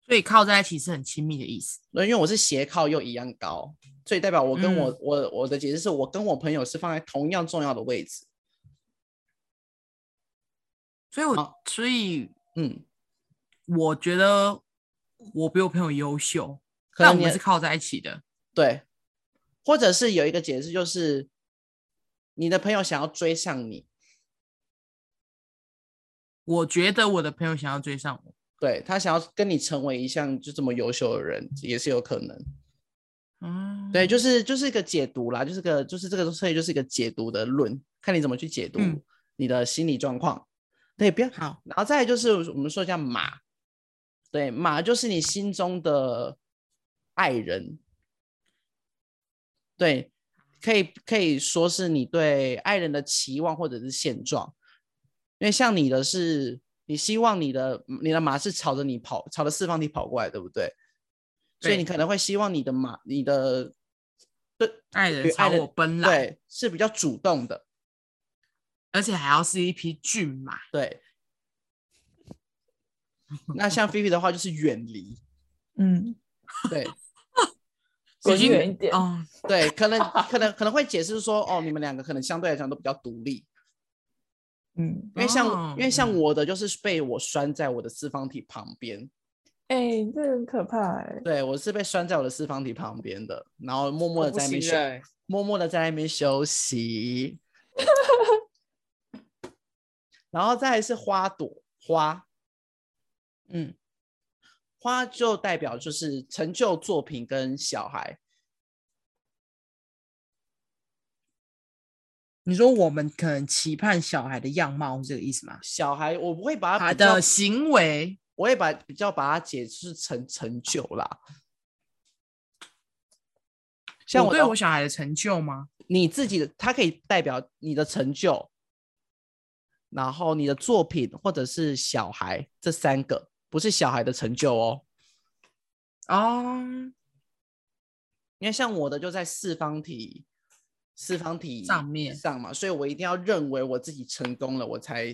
[SPEAKER 3] 所以靠在一起是很亲密的意思。
[SPEAKER 2] 那因为我是斜靠又一样高，所以代表我跟我、
[SPEAKER 3] 嗯
[SPEAKER 2] 我我的解释是我跟我朋友是放在同样重要的位置。
[SPEAKER 3] 所以我，
[SPEAKER 2] 好
[SPEAKER 3] 所以
[SPEAKER 2] 嗯，
[SPEAKER 3] 我觉得我比我朋友优秀，
[SPEAKER 2] 可能
[SPEAKER 3] 但我
[SPEAKER 2] 你
[SPEAKER 3] 们
[SPEAKER 2] 的
[SPEAKER 3] 是靠在一起的。
[SPEAKER 2] 对，或者是有一个解释，就是你的朋友想要追上你，
[SPEAKER 3] 我觉得我的朋友想要追上我，
[SPEAKER 2] 对他想要跟你成为一项就这么优秀的人，也是有可能。
[SPEAKER 3] 嗯，
[SPEAKER 2] 对，就是就是一个解读啦，就是个就是这个所以就是一个解读的论，看你怎么去解读
[SPEAKER 3] 嗯
[SPEAKER 2] 你的心理状况。对，不要。
[SPEAKER 3] 好，
[SPEAKER 2] 然后再来就是我们说一下马，对，马就是你心中的爱人，对，可以可以说是你对爱人的期望或者是现状，因为像你的是，你希望你的你的马是朝着你跑，朝着四方体跑过来，对不对？所以你
[SPEAKER 3] 对
[SPEAKER 2] 可能会希望你的马，你的对
[SPEAKER 3] 爱
[SPEAKER 2] 与
[SPEAKER 3] 人
[SPEAKER 2] 爱
[SPEAKER 3] 朝
[SPEAKER 2] 人
[SPEAKER 3] 我奔来，
[SPEAKER 2] 对是比较主动的，
[SPEAKER 3] 而且还要是一匹骏马。
[SPEAKER 2] 对。那像菲菲的话就是远离，
[SPEAKER 4] 嗯，
[SPEAKER 2] 对，
[SPEAKER 4] 滚
[SPEAKER 3] 已经
[SPEAKER 4] 远一点。
[SPEAKER 3] 哦，
[SPEAKER 2] 对，可能可能可能会解释说，哦，你们两个可能相对来讲都比较独立，
[SPEAKER 4] 嗯，
[SPEAKER 2] 因为像、因为像
[SPEAKER 3] 哦
[SPEAKER 2] 我的就是被我拴在我的四方体旁边，
[SPEAKER 4] 哎、你这很可怕哎。
[SPEAKER 2] 对我是被拴在我的四方体旁边的，然后默默的
[SPEAKER 3] 我不
[SPEAKER 2] 在那边
[SPEAKER 3] 行
[SPEAKER 2] 休，
[SPEAKER 3] 了欸
[SPEAKER 2] 默默的在那边休息，然后再来是花朵花，
[SPEAKER 3] 嗯，
[SPEAKER 2] 花就代表就是成就作品跟小孩，
[SPEAKER 3] 你说我们可能期盼小孩的样貌是这个意思吗？
[SPEAKER 2] 小孩我不会把它
[SPEAKER 3] 他
[SPEAKER 2] 比较
[SPEAKER 3] 的行为
[SPEAKER 2] 我也把比较把它解释成成就啦。像
[SPEAKER 3] 我
[SPEAKER 2] 我
[SPEAKER 3] 对
[SPEAKER 2] 的
[SPEAKER 3] 我小孩的成就吗？
[SPEAKER 2] 你自己的，它可以代表你的成就，然后你的作品或者是小孩这三个，不是小孩的成就哦。
[SPEAKER 3] 哦，
[SPEAKER 2] 因为像我的就在四方体四方体
[SPEAKER 3] 上面
[SPEAKER 2] 上嘛，所以我一定要认为我自己成功了，我才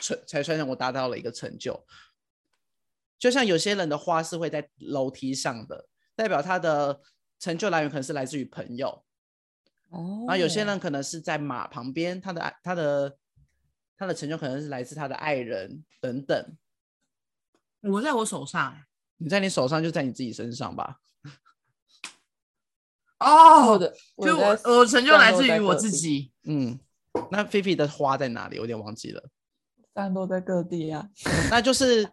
[SPEAKER 2] 成才算上我达到了一个成就。就像有些人的花是会在楼梯上的，代表他的成就来源可能是来自于朋友，
[SPEAKER 1] 哦
[SPEAKER 2] 然啊后有些人可能是在马旁边，他的爱他的他的成就可能是来自他的爱人等等。
[SPEAKER 3] 我在我手上欸。
[SPEAKER 2] 你在你手上就在你自己身上吧。
[SPEAKER 4] 我
[SPEAKER 3] 哦，
[SPEAKER 4] 的，
[SPEAKER 3] 就我
[SPEAKER 4] 在
[SPEAKER 3] 我的成就
[SPEAKER 4] 散
[SPEAKER 3] 来
[SPEAKER 4] 落
[SPEAKER 3] 自
[SPEAKER 4] 在
[SPEAKER 3] 于我
[SPEAKER 4] 各
[SPEAKER 3] 自
[SPEAKER 4] 地，
[SPEAKER 3] 己。
[SPEAKER 2] 嗯，那菲菲的花在哪里？我有点忘记了。
[SPEAKER 4] 散落在各地啊。
[SPEAKER 2] 那就是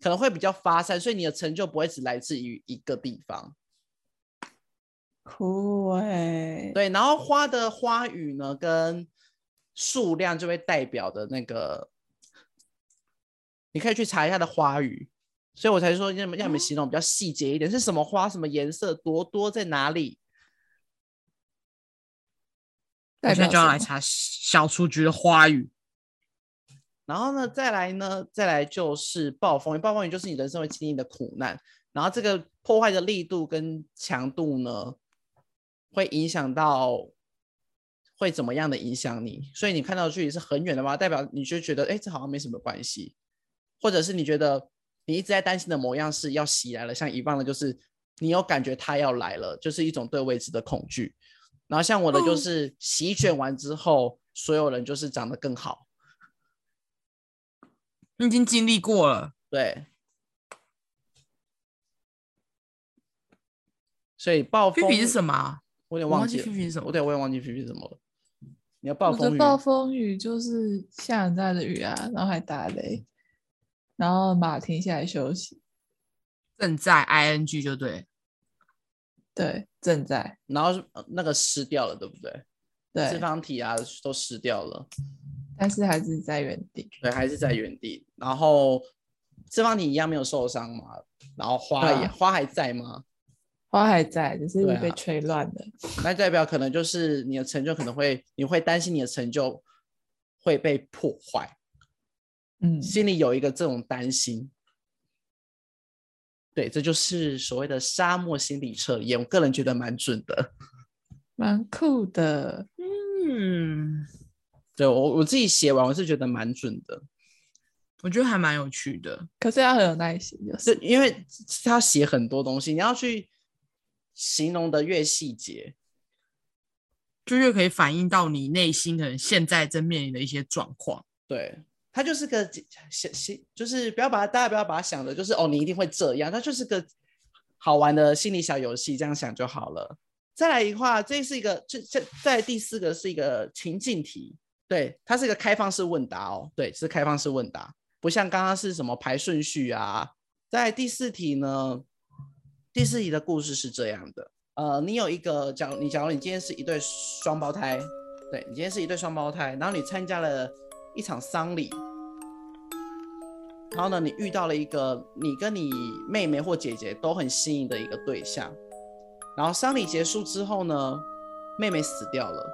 [SPEAKER 2] 可能会比较发散，所以你的成就不会只来自于一个地方。
[SPEAKER 4] 酷哎、
[SPEAKER 2] 对，然后花的花语呢，跟数量就会代表的那个，你可以去查一下它的花语。所以我才说让你们让你们形容比较细节一点，是什么花、什么颜色、多多在哪里？
[SPEAKER 3] 我
[SPEAKER 4] 代
[SPEAKER 3] 现在
[SPEAKER 4] 表
[SPEAKER 3] 就要
[SPEAKER 4] 什
[SPEAKER 3] 来
[SPEAKER 4] 么
[SPEAKER 3] 查小雏菊的花语。
[SPEAKER 2] 然后呢，再来呢，再来就是暴风雨。暴风雨就是你人生会经历的苦难，然后这个破坏的力度跟强度呢，会影响到会怎么样的影响你？所以你看到的距离是很远的话，代表你就觉得，哎，这好像没什么关系，或者是你觉得你一直在担心的某样事要袭来了，像遗忘了，就是你有感觉它要来了，就是一种对未知的恐惧。然后像我的就
[SPEAKER 3] 哦
[SPEAKER 2] 是席卷完之后，所有人就是长得更好。
[SPEAKER 3] 你已经经历过了，
[SPEAKER 2] 对，所以暴
[SPEAKER 3] 菲
[SPEAKER 2] 风
[SPEAKER 3] 比是什么啊？
[SPEAKER 2] 我有点
[SPEAKER 3] 我
[SPEAKER 2] 忘
[SPEAKER 3] 忘记
[SPEAKER 2] 记
[SPEAKER 3] 菲
[SPEAKER 2] 了，
[SPEAKER 3] 比是什
[SPEAKER 2] 我
[SPEAKER 3] 么。
[SPEAKER 2] 对我也忘记 P P 什么了。你要暴
[SPEAKER 4] 我
[SPEAKER 2] 风
[SPEAKER 4] 的
[SPEAKER 2] 雨，
[SPEAKER 4] 暴风雨就是下很大的雨啊，然后还打雷，然后马停下来休息。
[SPEAKER 3] 正在 ing 就对，
[SPEAKER 4] 对，正在
[SPEAKER 2] 然后是呃那个湿掉了，对不对？四
[SPEAKER 4] 对，
[SPEAKER 2] 方体啊都湿掉了，
[SPEAKER 4] 但是还是在原地。
[SPEAKER 2] 对，还是在原地。然后四方体一样没有受伤嘛？然后花也、
[SPEAKER 4] 对啊
[SPEAKER 2] 花还在吗？
[SPEAKER 4] 花还在，只是
[SPEAKER 2] 对
[SPEAKER 4] 被
[SPEAKER 2] 啊
[SPEAKER 4] 吹乱了。
[SPEAKER 2] 那代表可能就是你的成就可能会，你会担心你的成就会被破坏。
[SPEAKER 4] 嗯，
[SPEAKER 2] 心里有一个这种担心。对，这就是所谓的沙漠心理测验，我个人觉得蛮准的。
[SPEAKER 4] 蛮酷的。
[SPEAKER 3] 嗯，
[SPEAKER 2] 对我我自己写完，我是觉得蛮准的。
[SPEAKER 3] 我觉得还蛮有趣的。
[SPEAKER 4] 可是要很有耐心，就
[SPEAKER 2] 就是因为他写很多东西，你要去形容的越细节，
[SPEAKER 3] 就越可以反映到你内心可能现在正面临的一些状况。
[SPEAKER 2] 对，它就是个想想，就是不要把它，大家不要把它想的，就是哦，你一定会这样，它就是个好玩的心理小游戏，这样想就好了。再来一话，这是一个，这这再来第四个是一个情境题，对，它是一个开放式问答哦，对，是开放式问答，不像刚刚是什么排顺序啊。在第四题呢，第四题的故事是这样的，呃，你有一个，假如你假如你今天是一对双胞胎，对你今天是一对双胞胎，然后你参加了一场丧礼，然后呢，你遇到了一个你跟你妹妹或姐姐都很心仪的一个对象，然后丧礼结束之后呢，妹妹死掉了，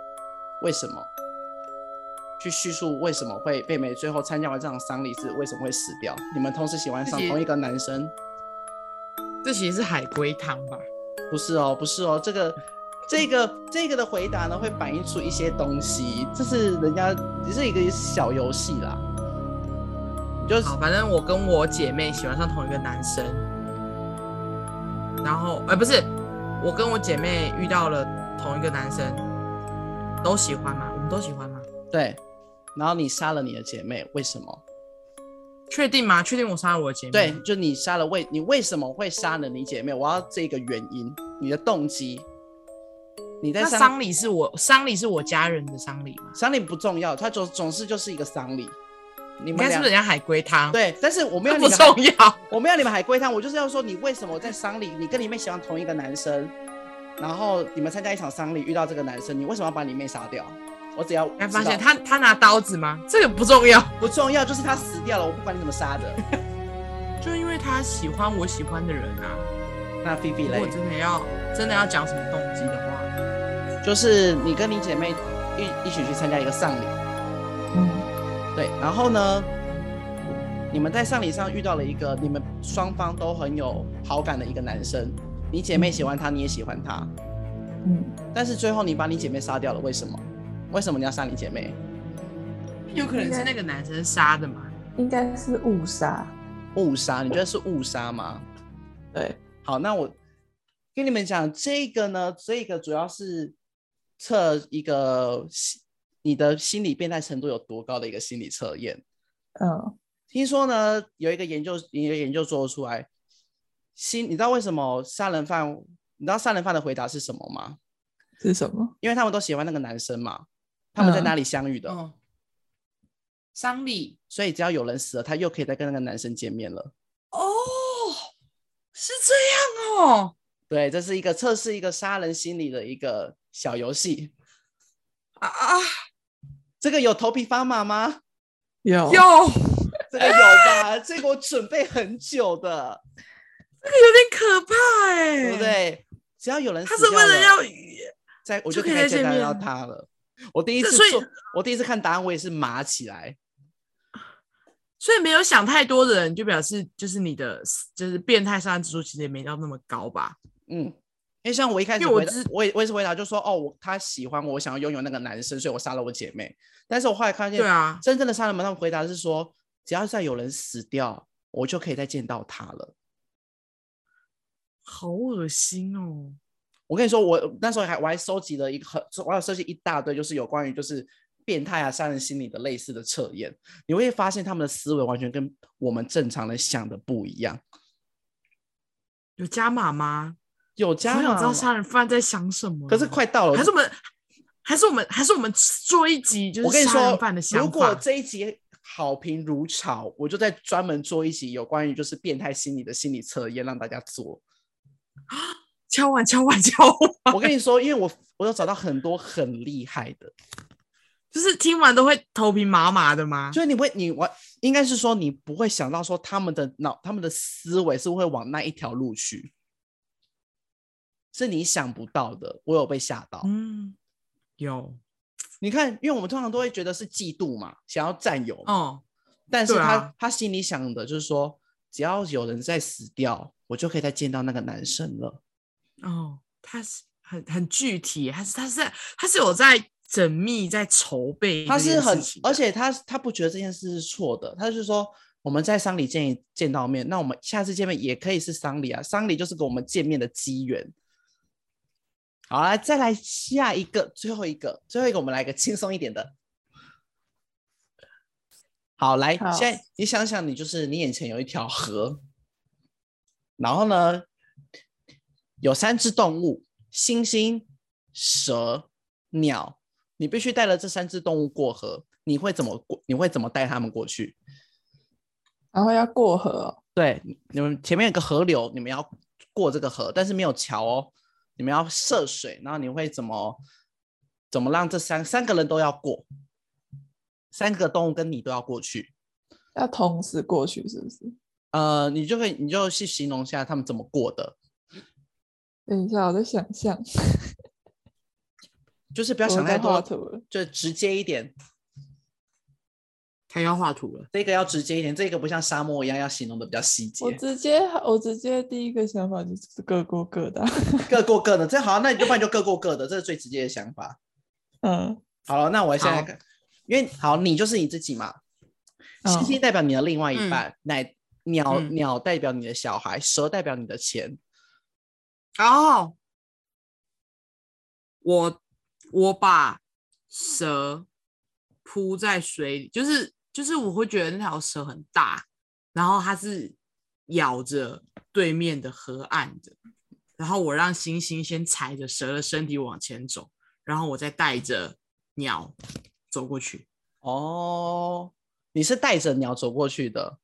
[SPEAKER 2] 为什么？去叙述为什么会妹妹最后参加完这场丧礼是为什么会死掉？你们同时喜欢上
[SPEAKER 3] 自己
[SPEAKER 2] 同一个男生？
[SPEAKER 3] 这其实是海龟汤吧？
[SPEAKER 2] 不是哦，不是哦，这个这个这个的回答呢，会反映出一些东西，这是人家这是一个小游戏啦，你就是
[SPEAKER 3] 好，反正我跟我姐妹喜欢上同一个男生，然后，哎、不是，我跟我姐妹遇到了同一个男生，都喜欢吗？我们都喜欢吗？
[SPEAKER 2] 对，然后你杀了你的姐妹，为什么？
[SPEAKER 3] 确定吗？确定我杀了我的姐妹？
[SPEAKER 2] 对，，就你杀了为你为什么会杀了你姐妹？我要这个原因，你的动机。你在
[SPEAKER 3] 那
[SPEAKER 2] 丧
[SPEAKER 3] 丧礼是我丧礼是我家人的丧礼吗？
[SPEAKER 2] 丧礼不重要，它总总是就是一个丧礼。你
[SPEAKER 3] 你
[SPEAKER 2] 们
[SPEAKER 3] 看是
[SPEAKER 2] 俩
[SPEAKER 3] 不是人家海龟汤？，
[SPEAKER 2] 对，但是我没有
[SPEAKER 3] 不
[SPEAKER 2] 你们海， *laughs*
[SPEAKER 3] 重要。
[SPEAKER 2] 我没有你们海龟汤，我就是要说你为什么在丧礼，你跟你妹喜欢同一个男生，然后你们参加一场丧礼遇到这个男生，你为什么要把你妹杀掉？我只要
[SPEAKER 3] 你哎看发
[SPEAKER 2] 知道
[SPEAKER 3] 现他他拿刀子吗？这个不重要，
[SPEAKER 2] 不重要，就是他死掉了，我不管你怎么杀的。
[SPEAKER 3] 就因为他喜欢我喜欢的人啊。
[SPEAKER 2] *laughs* 那菲菲
[SPEAKER 3] 如
[SPEAKER 2] 嘞
[SPEAKER 3] 果，真的要真的要讲什么动机的话，
[SPEAKER 2] 就是你跟你姐妹一一起去参加一个丧礼，
[SPEAKER 4] 嗯，
[SPEAKER 2] 对，然后呢，你们在丧礼上遇到了一个你们双方都很有好感的一个男生，你姐妹喜欢他，你也喜欢他，
[SPEAKER 4] 嗯，
[SPEAKER 2] 但是最后你把你姐妹杀掉了，为什么？为什么你要杀你姐妹？
[SPEAKER 3] 有可能是那个男生杀的嘛？
[SPEAKER 4] 应该是误杀，
[SPEAKER 2] 误杀？你觉得是误杀吗？
[SPEAKER 4] 对，
[SPEAKER 2] 好，那我跟你们讲这个呢，这个主要是测一个心你的心理变态程度有多高的一个心理测验。
[SPEAKER 4] 嗯，
[SPEAKER 2] 听说呢，有一个研究，有一个研究做出来，心，你知道为什么杀人犯？你知道杀人犯的回答是什么吗？
[SPEAKER 4] 是什么？
[SPEAKER 2] 因为他们都喜欢那个男生嘛，他们在
[SPEAKER 4] 嗯
[SPEAKER 2] 哪里相遇的，
[SPEAKER 3] 嗯，丧礼
[SPEAKER 2] 所以只要有人死了，他又可以再跟那个男生见面了。
[SPEAKER 3] 哦，是这样哦
[SPEAKER 2] 对，这是一个测试一个杀人心理的一个小游戏。
[SPEAKER 3] 啊啊
[SPEAKER 2] 这个有头皮发麻吗？哦
[SPEAKER 4] 有
[SPEAKER 3] 有。
[SPEAKER 2] 这个有吧？这个我准备很久的，
[SPEAKER 3] 有点可怕哎、
[SPEAKER 2] 对不？对？只要有人
[SPEAKER 3] 他
[SPEAKER 2] 死
[SPEAKER 3] 是为
[SPEAKER 2] 掉
[SPEAKER 3] 了要
[SPEAKER 2] 在我
[SPEAKER 3] 就
[SPEAKER 2] 就
[SPEAKER 3] 可以
[SPEAKER 2] 可以
[SPEAKER 3] 再
[SPEAKER 2] 见
[SPEAKER 3] 见面
[SPEAKER 2] 到他了。我第一
[SPEAKER 3] 这
[SPEAKER 2] 次
[SPEAKER 3] 所以
[SPEAKER 2] 做，我第一次看答案，我也是麻起来。
[SPEAKER 3] 所以没有想太多的人，就表示就是你的就是变态杀人指数其实也没到那么高吧？
[SPEAKER 2] 嗯，因为像我一开始
[SPEAKER 3] 因为我
[SPEAKER 2] 回答
[SPEAKER 3] 知，
[SPEAKER 2] 我也我也是回答就说，哦，我他喜欢我，我想要拥有那个男生，所以我杀了我姐妹。但是我后来发现，
[SPEAKER 3] 对啊，
[SPEAKER 2] 真正的杀人魔他们回答是说，只要再有人死掉，我就可以再见到他了。
[SPEAKER 3] 好恶心哦！
[SPEAKER 2] 我跟你说，我那时候还我还收集了一个很，我还有收集一大堆，就是有关于就是变态啊、杀人心理的类似的测验，你会发现他们的思维完全跟我们正常人想的不一样。
[SPEAKER 3] 有加码吗？
[SPEAKER 2] 有家
[SPEAKER 3] 我想知道
[SPEAKER 2] 长，
[SPEAKER 3] 杀人犯在想什么。
[SPEAKER 2] 可是快到了，
[SPEAKER 3] 还是我们还是我们还是我们做一集就
[SPEAKER 2] 我跟
[SPEAKER 3] 是
[SPEAKER 2] 你
[SPEAKER 3] 杀人
[SPEAKER 2] 说
[SPEAKER 3] 犯的，想
[SPEAKER 2] 如果
[SPEAKER 3] 法。
[SPEAKER 2] 这一集好评如潮，我就再专门做一集有关于就是变态心理的心理测验让大家做。
[SPEAKER 3] 敲碗敲碗敲碗，
[SPEAKER 2] 我跟你说，因为我我有找到很多很厉害的，
[SPEAKER 3] *laughs* 就是听完都会头皮麻麻的吗？
[SPEAKER 2] 就是你会，你我应该是说你不会想到说他们的脑、他们的思维是会往那一条路去，是你想不到的。我有被吓到。
[SPEAKER 3] 嗯，有
[SPEAKER 2] 你看，因为我们通常都会觉得是嫉妒嘛，想要占有嘛，
[SPEAKER 3] 哦，
[SPEAKER 2] 但是
[SPEAKER 3] 对
[SPEAKER 2] 他、
[SPEAKER 3] 啊
[SPEAKER 2] 他心里想的就是说，只要有人在死掉，我就可以再见到那个男生了。
[SPEAKER 3] 哦，他是很很具体，他是他是在他是有在缜密在筹备嗯这
[SPEAKER 2] 他是
[SPEAKER 3] 件事情的，
[SPEAKER 2] 很，
[SPEAKER 3] 啊
[SPEAKER 2] 而且他他不觉得这件事是错的，他就是说我们在丧礼见一见到面，那我们下次见面也可以是丧礼啊，丧礼就是给我们见面的机缘。好啦，再来下一个，最后一个，最后一个，我们来个轻松一点的。好，来，
[SPEAKER 4] 好
[SPEAKER 2] 现在你想想，你就是你眼前有一条河，然后呢，有三只动物：猩猩、蛇、鸟。你必须带了这三只动物过河，你会怎么过？你会怎么带它们过去？
[SPEAKER 4] 然后要过河哦，
[SPEAKER 2] 对，你们前面有个河流，你们要过这个河，但是没有桥哦，你们要涉水，然后你会怎么怎么让这三三个人都要过，三个动物跟你都要过去？
[SPEAKER 4] 要同时过去，是不是？
[SPEAKER 2] 呃，你就可以，你就去形容一下他们怎么过的，
[SPEAKER 4] 等一下，我在想象，
[SPEAKER 2] 就是不
[SPEAKER 4] 不
[SPEAKER 2] 要想太
[SPEAKER 4] 画
[SPEAKER 2] 多，
[SPEAKER 4] 图了。
[SPEAKER 2] 就直接一点。
[SPEAKER 3] 他要画图了。
[SPEAKER 2] 这个要直接一点，这个不像沙漠一样要形容的比较细节
[SPEAKER 4] 我，直接，我直接第一个想法就是各过各的啊、 *laughs*
[SPEAKER 2] 各过各的。这好，那你就不然就各过各的，这是最直接的想法。
[SPEAKER 4] 嗯，
[SPEAKER 2] 好了，那我现在
[SPEAKER 3] 好
[SPEAKER 2] 看，因为好，你就是你自己嘛。星星
[SPEAKER 4] 嗯
[SPEAKER 2] 代表你的另外一
[SPEAKER 3] 嗯
[SPEAKER 2] 半，乃鸟
[SPEAKER 3] 嗯
[SPEAKER 2] 鸟代表你的小孩，蛇代表你的钱。
[SPEAKER 3] 哦，我我把蛇铺在水里，就是就是我会觉得那条蛇很大，然后它是咬着对面的河岸的，然后我让星星先踩着蛇的身体往前走，然后我再带着鸟走过去。
[SPEAKER 2] 哦，你是带着鸟走过去的，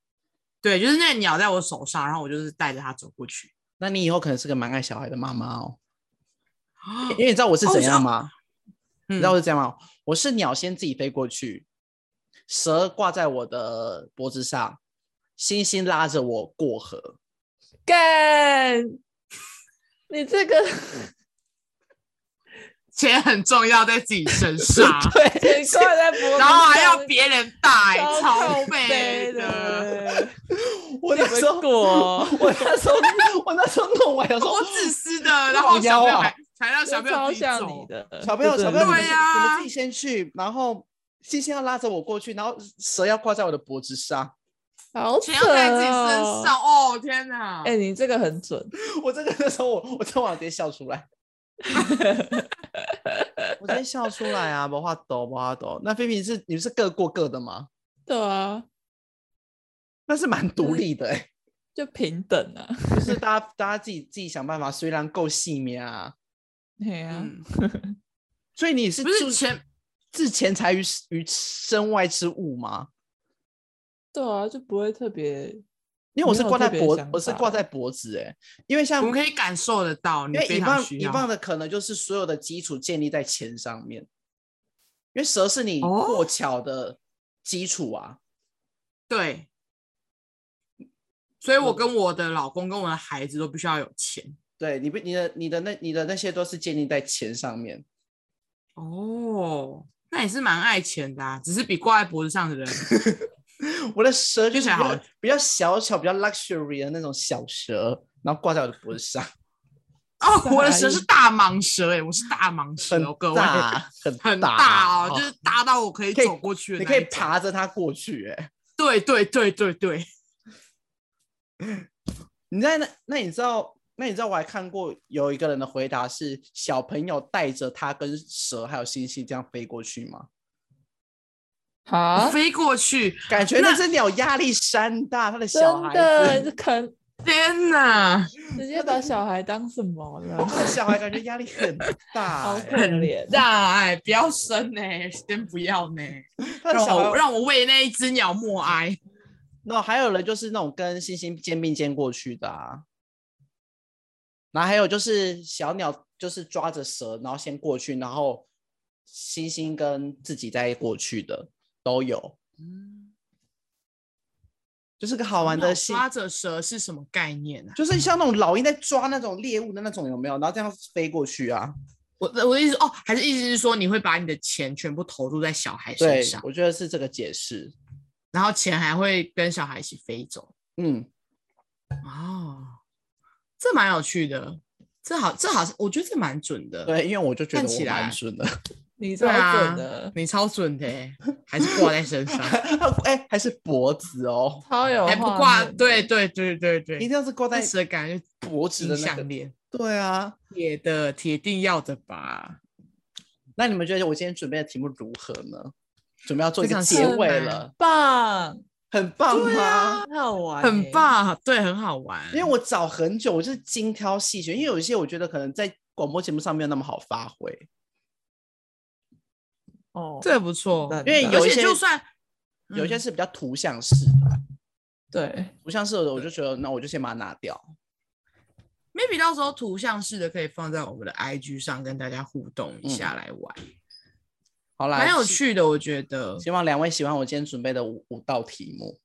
[SPEAKER 3] 对，就是那个鸟在我手上，然后我就是带着它走过去。
[SPEAKER 2] 那你以后可能是个蛮爱小孩的妈妈哦。因为你知道我是
[SPEAKER 3] 哦
[SPEAKER 2] 怎
[SPEAKER 3] 是
[SPEAKER 2] 样
[SPEAKER 3] 哦
[SPEAKER 2] 吗？你
[SPEAKER 3] *gasps* 嗯
[SPEAKER 2] 知道我是这样吗？我是鸟先自己飞过去，蛇挂在我的脖子上，星星拉着我过河。
[SPEAKER 4] 干，
[SPEAKER 1] 你这
[SPEAKER 2] *laughs*
[SPEAKER 1] 个
[SPEAKER 3] 钱很重要，在自己
[SPEAKER 2] *laughs*
[SPEAKER 3] 身上，
[SPEAKER 1] 钱挂在脖子上，
[SPEAKER 3] 然后还要别人带，
[SPEAKER 1] 超
[SPEAKER 3] 超
[SPEAKER 1] 靠背
[SPEAKER 3] 费的。
[SPEAKER 1] 的。
[SPEAKER 2] 我那时候
[SPEAKER 1] 你们
[SPEAKER 2] *laughs*
[SPEAKER 1] 过
[SPEAKER 2] 我那时候我那时候弄完，有时候
[SPEAKER 3] 多自私的，然后
[SPEAKER 2] 腰
[SPEAKER 3] 小朋友
[SPEAKER 2] 啊
[SPEAKER 3] 还才让小
[SPEAKER 1] 就
[SPEAKER 3] 朋友
[SPEAKER 1] 超
[SPEAKER 3] 自己
[SPEAKER 1] 像你
[SPEAKER 3] 走。
[SPEAKER 1] 的
[SPEAKER 2] 小朋友
[SPEAKER 1] 这
[SPEAKER 2] 小
[SPEAKER 1] 真
[SPEAKER 2] 朋
[SPEAKER 1] 的
[SPEAKER 2] 友
[SPEAKER 1] 是
[SPEAKER 2] 你们
[SPEAKER 3] 对
[SPEAKER 4] 啊
[SPEAKER 3] 呀
[SPEAKER 2] 你们自己先去，然后星星要拉着我过去，然后蛇要挂在我的脖子上， *laughs*
[SPEAKER 1] 好扯
[SPEAKER 3] 钱要在自己
[SPEAKER 1] 哦
[SPEAKER 3] 身上，哦天哪！
[SPEAKER 4] 哎、你这个很准，
[SPEAKER 2] 我真的那时候我我真的往直接笑出来。我直接笑出来啊！不话抖，不话抖。那菲比是你们是各过各的吗？
[SPEAKER 4] 对啊，
[SPEAKER 2] 那是蛮独立的、欸， *laughs*
[SPEAKER 4] 就平等啊，
[SPEAKER 2] 就是大家大家自己自己想办法，虽然够细面啊，
[SPEAKER 4] 对啊，
[SPEAKER 3] 嗯，
[SPEAKER 2] 所以你是
[SPEAKER 3] 不是
[SPEAKER 2] 注
[SPEAKER 3] 钱
[SPEAKER 2] 置钱财于身于身外之物吗？
[SPEAKER 4] 对啊，就不会特别
[SPEAKER 2] 因为我
[SPEAKER 4] 没
[SPEAKER 2] 是
[SPEAKER 4] 有
[SPEAKER 2] 挂在
[SPEAKER 4] 特别
[SPEAKER 2] 脖
[SPEAKER 4] 想，
[SPEAKER 2] 我是
[SPEAKER 4] 法啊
[SPEAKER 2] 挂在脖子哎、因为像
[SPEAKER 3] 我们可以感受得到，你
[SPEAKER 2] 因为
[SPEAKER 3] 非
[SPEAKER 2] 以
[SPEAKER 3] 常
[SPEAKER 2] 棒
[SPEAKER 3] 需
[SPEAKER 2] 以
[SPEAKER 3] 要。
[SPEAKER 2] 棒的可能就是所有的基础建立在钱上面，因为蛇是你
[SPEAKER 3] 哦
[SPEAKER 2] 过桥的基础啊。
[SPEAKER 3] 对，所以我跟我的老公跟我的孩子都必须要有钱。
[SPEAKER 2] 对，你不你的你的那你的那些都是建立在钱上面。
[SPEAKER 3] 哦，那也是蛮爱钱的、啊，只是比挂在脖子上的人
[SPEAKER 2] 我的蛇就
[SPEAKER 3] 听
[SPEAKER 2] 是比
[SPEAKER 3] 起来
[SPEAKER 2] 较
[SPEAKER 3] 好
[SPEAKER 2] 比较小巧、比较 luxury 的那种小蛇，然后挂在我的脖子上，
[SPEAKER 3] 哦，我的
[SPEAKER 4] 傻
[SPEAKER 3] 蛇是
[SPEAKER 4] 眼
[SPEAKER 3] 大蟒蛇哎、我是大蟒 *laughs* 蛇哦，各
[SPEAKER 2] 很
[SPEAKER 3] 位。 *laughs*
[SPEAKER 2] 大很
[SPEAKER 3] 很
[SPEAKER 2] 大啊
[SPEAKER 3] 大哦，就是大到我可以
[SPEAKER 2] 可以
[SPEAKER 3] 走过去的
[SPEAKER 2] 你
[SPEAKER 3] 那
[SPEAKER 2] 可以
[SPEAKER 3] 一种
[SPEAKER 2] 爬着它过去、欸。哎，
[SPEAKER 3] 对对对对对，
[SPEAKER 2] 你在那那你知道那你知道我还看过有一个人的回答是小朋友带着他跟蛇还有星星这样飞过去吗？啊
[SPEAKER 3] *laughs*
[SPEAKER 4] 好，
[SPEAKER 3] 飞过去，
[SPEAKER 2] 感觉那只鸟压力山大，他的小
[SPEAKER 4] 真
[SPEAKER 2] 孩
[SPEAKER 4] 的，
[SPEAKER 2] 子，
[SPEAKER 4] 这肯
[SPEAKER 3] 天哪，
[SPEAKER 4] 直接把小孩当什么了？
[SPEAKER 2] 他的小孩感觉压力很大
[SPEAKER 4] 好
[SPEAKER 2] 欸、
[SPEAKER 4] 可怜，
[SPEAKER 3] 大哎，不要生呢、先不要呢、
[SPEAKER 2] 他的
[SPEAKER 3] 让
[SPEAKER 2] 小
[SPEAKER 3] 我
[SPEAKER 2] 孩，
[SPEAKER 3] 让我为那一只鸟默哀。
[SPEAKER 2] 那还有人就是那种跟星星肩并肩过去的啊，然后还有就是小鸟就是抓着蛇，然后先过去，然后星星跟自己再过去的都有，就是个好玩的戏。
[SPEAKER 3] 抓着蛇是什么概念啊？
[SPEAKER 2] 就是像那种老鹰在抓那种猎物的那种，有没有？然后这样飞过去啊？
[SPEAKER 3] 我的我的意思哦，还是意思是说你会把你的钱全部投入在小孩身
[SPEAKER 2] 对
[SPEAKER 3] 上，，
[SPEAKER 2] 我觉得是这个解释。
[SPEAKER 3] 然后钱还会跟小孩一起飞走。
[SPEAKER 2] 嗯，
[SPEAKER 3] 哦，这蛮有趣的，这好这好，我觉得这蛮准的。，
[SPEAKER 2] 对，因为我就觉得
[SPEAKER 3] 看起
[SPEAKER 2] 我蛮
[SPEAKER 3] 来
[SPEAKER 2] 准的。，
[SPEAKER 4] *laughs* 你超
[SPEAKER 3] 对啊
[SPEAKER 4] 准的，
[SPEAKER 3] 你超准的欸、还是挂在身上
[SPEAKER 2] *laughs* 哎、还是脖子哦，
[SPEAKER 4] 超有
[SPEAKER 3] 还不
[SPEAKER 4] 画
[SPEAKER 3] 挂？
[SPEAKER 4] 面
[SPEAKER 3] 对对对对对，
[SPEAKER 2] 一定要是挂在
[SPEAKER 3] 那蛇感觉
[SPEAKER 2] 脖子的
[SPEAKER 3] 金
[SPEAKER 2] 那个
[SPEAKER 3] 项。链，
[SPEAKER 2] 对啊，
[SPEAKER 3] 铁的铁定要的吧？
[SPEAKER 2] 那你们觉得我今天准备的题目如何呢？准备要做一
[SPEAKER 3] 非
[SPEAKER 2] 个
[SPEAKER 3] 常
[SPEAKER 2] 结
[SPEAKER 3] 深
[SPEAKER 2] 尾
[SPEAKER 3] 哎
[SPEAKER 2] 了，
[SPEAKER 4] 棒，
[SPEAKER 2] 很棒
[SPEAKER 3] 啊
[SPEAKER 2] 吗？
[SPEAKER 1] 很好玩欸，
[SPEAKER 3] 很棒，对，很好玩。
[SPEAKER 2] 哎因为我找很久，我就是精挑细选，因为有一些我觉得可能在广播节目上没有那么好发挥。
[SPEAKER 4] 哦，
[SPEAKER 3] 这不错，
[SPEAKER 4] 真
[SPEAKER 2] 因为
[SPEAKER 4] 的
[SPEAKER 2] 有
[SPEAKER 3] 而
[SPEAKER 2] 一
[SPEAKER 3] 且
[SPEAKER 2] 些
[SPEAKER 3] 就算
[SPEAKER 2] 有一些
[SPEAKER 3] 嗯
[SPEAKER 2] 是比较图像式的，
[SPEAKER 4] 对，
[SPEAKER 2] 图像式的我就觉得那我就先把它拿掉。
[SPEAKER 3] maybe 到时候图像式的可以放在我们的 IG 上跟大家互动一
[SPEAKER 2] 嗯
[SPEAKER 3] 下来玩，
[SPEAKER 2] 好啦，
[SPEAKER 3] 蛮有
[SPEAKER 2] 希。
[SPEAKER 3] 趣的，我觉得，
[SPEAKER 2] 希望两位喜欢我今天准备的五五道题目。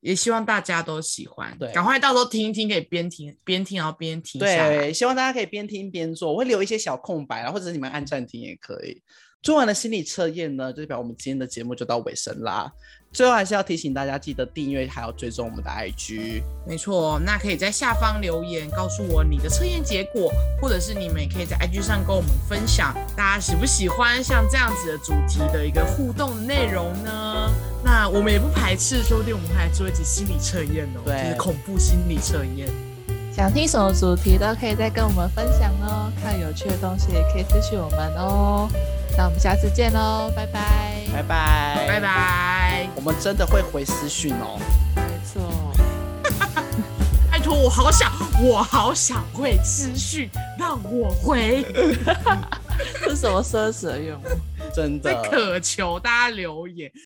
[SPEAKER 3] 也希望大家都喜欢
[SPEAKER 2] 对，
[SPEAKER 3] 赶快到时候听一听，可以边听边听，然后边听下来。
[SPEAKER 2] 对，希望大家可以边听边做，我会留一些小空白啊，或者是你们按暂停也可以。做完了心理测验呢，就代表我们今天的节目就到尾声啦。最后还是要提醒大家，记得订阅还有追踪我们的 IG。
[SPEAKER 3] 没错，哦那可以在下方留言告诉我你的测验结果，或者是你们也可以在 IG 上跟我们分享，大家喜不喜欢像这样子的主题的一个互动的内容呢？那我们也不排斥，说不定我们还做一集心理测验哦，
[SPEAKER 2] 对
[SPEAKER 3] 就是恐怖心理测验。
[SPEAKER 4] 想听什么主题都可以再跟我们分享哦，看有趣的东西也可以私讯我们哦，那我们下次见喽，拜拜，
[SPEAKER 2] 拜拜，
[SPEAKER 3] 拜，拜，
[SPEAKER 2] 我们真的会回私讯哦。
[SPEAKER 4] 没错。 *laughs*
[SPEAKER 3] 拜托，我好想，我好想会资讯，让我回， *laughs*
[SPEAKER 4] 这是什么奢侈的愿望？
[SPEAKER 2] 真
[SPEAKER 3] 在
[SPEAKER 2] 的。
[SPEAKER 3] 渴求大家留言。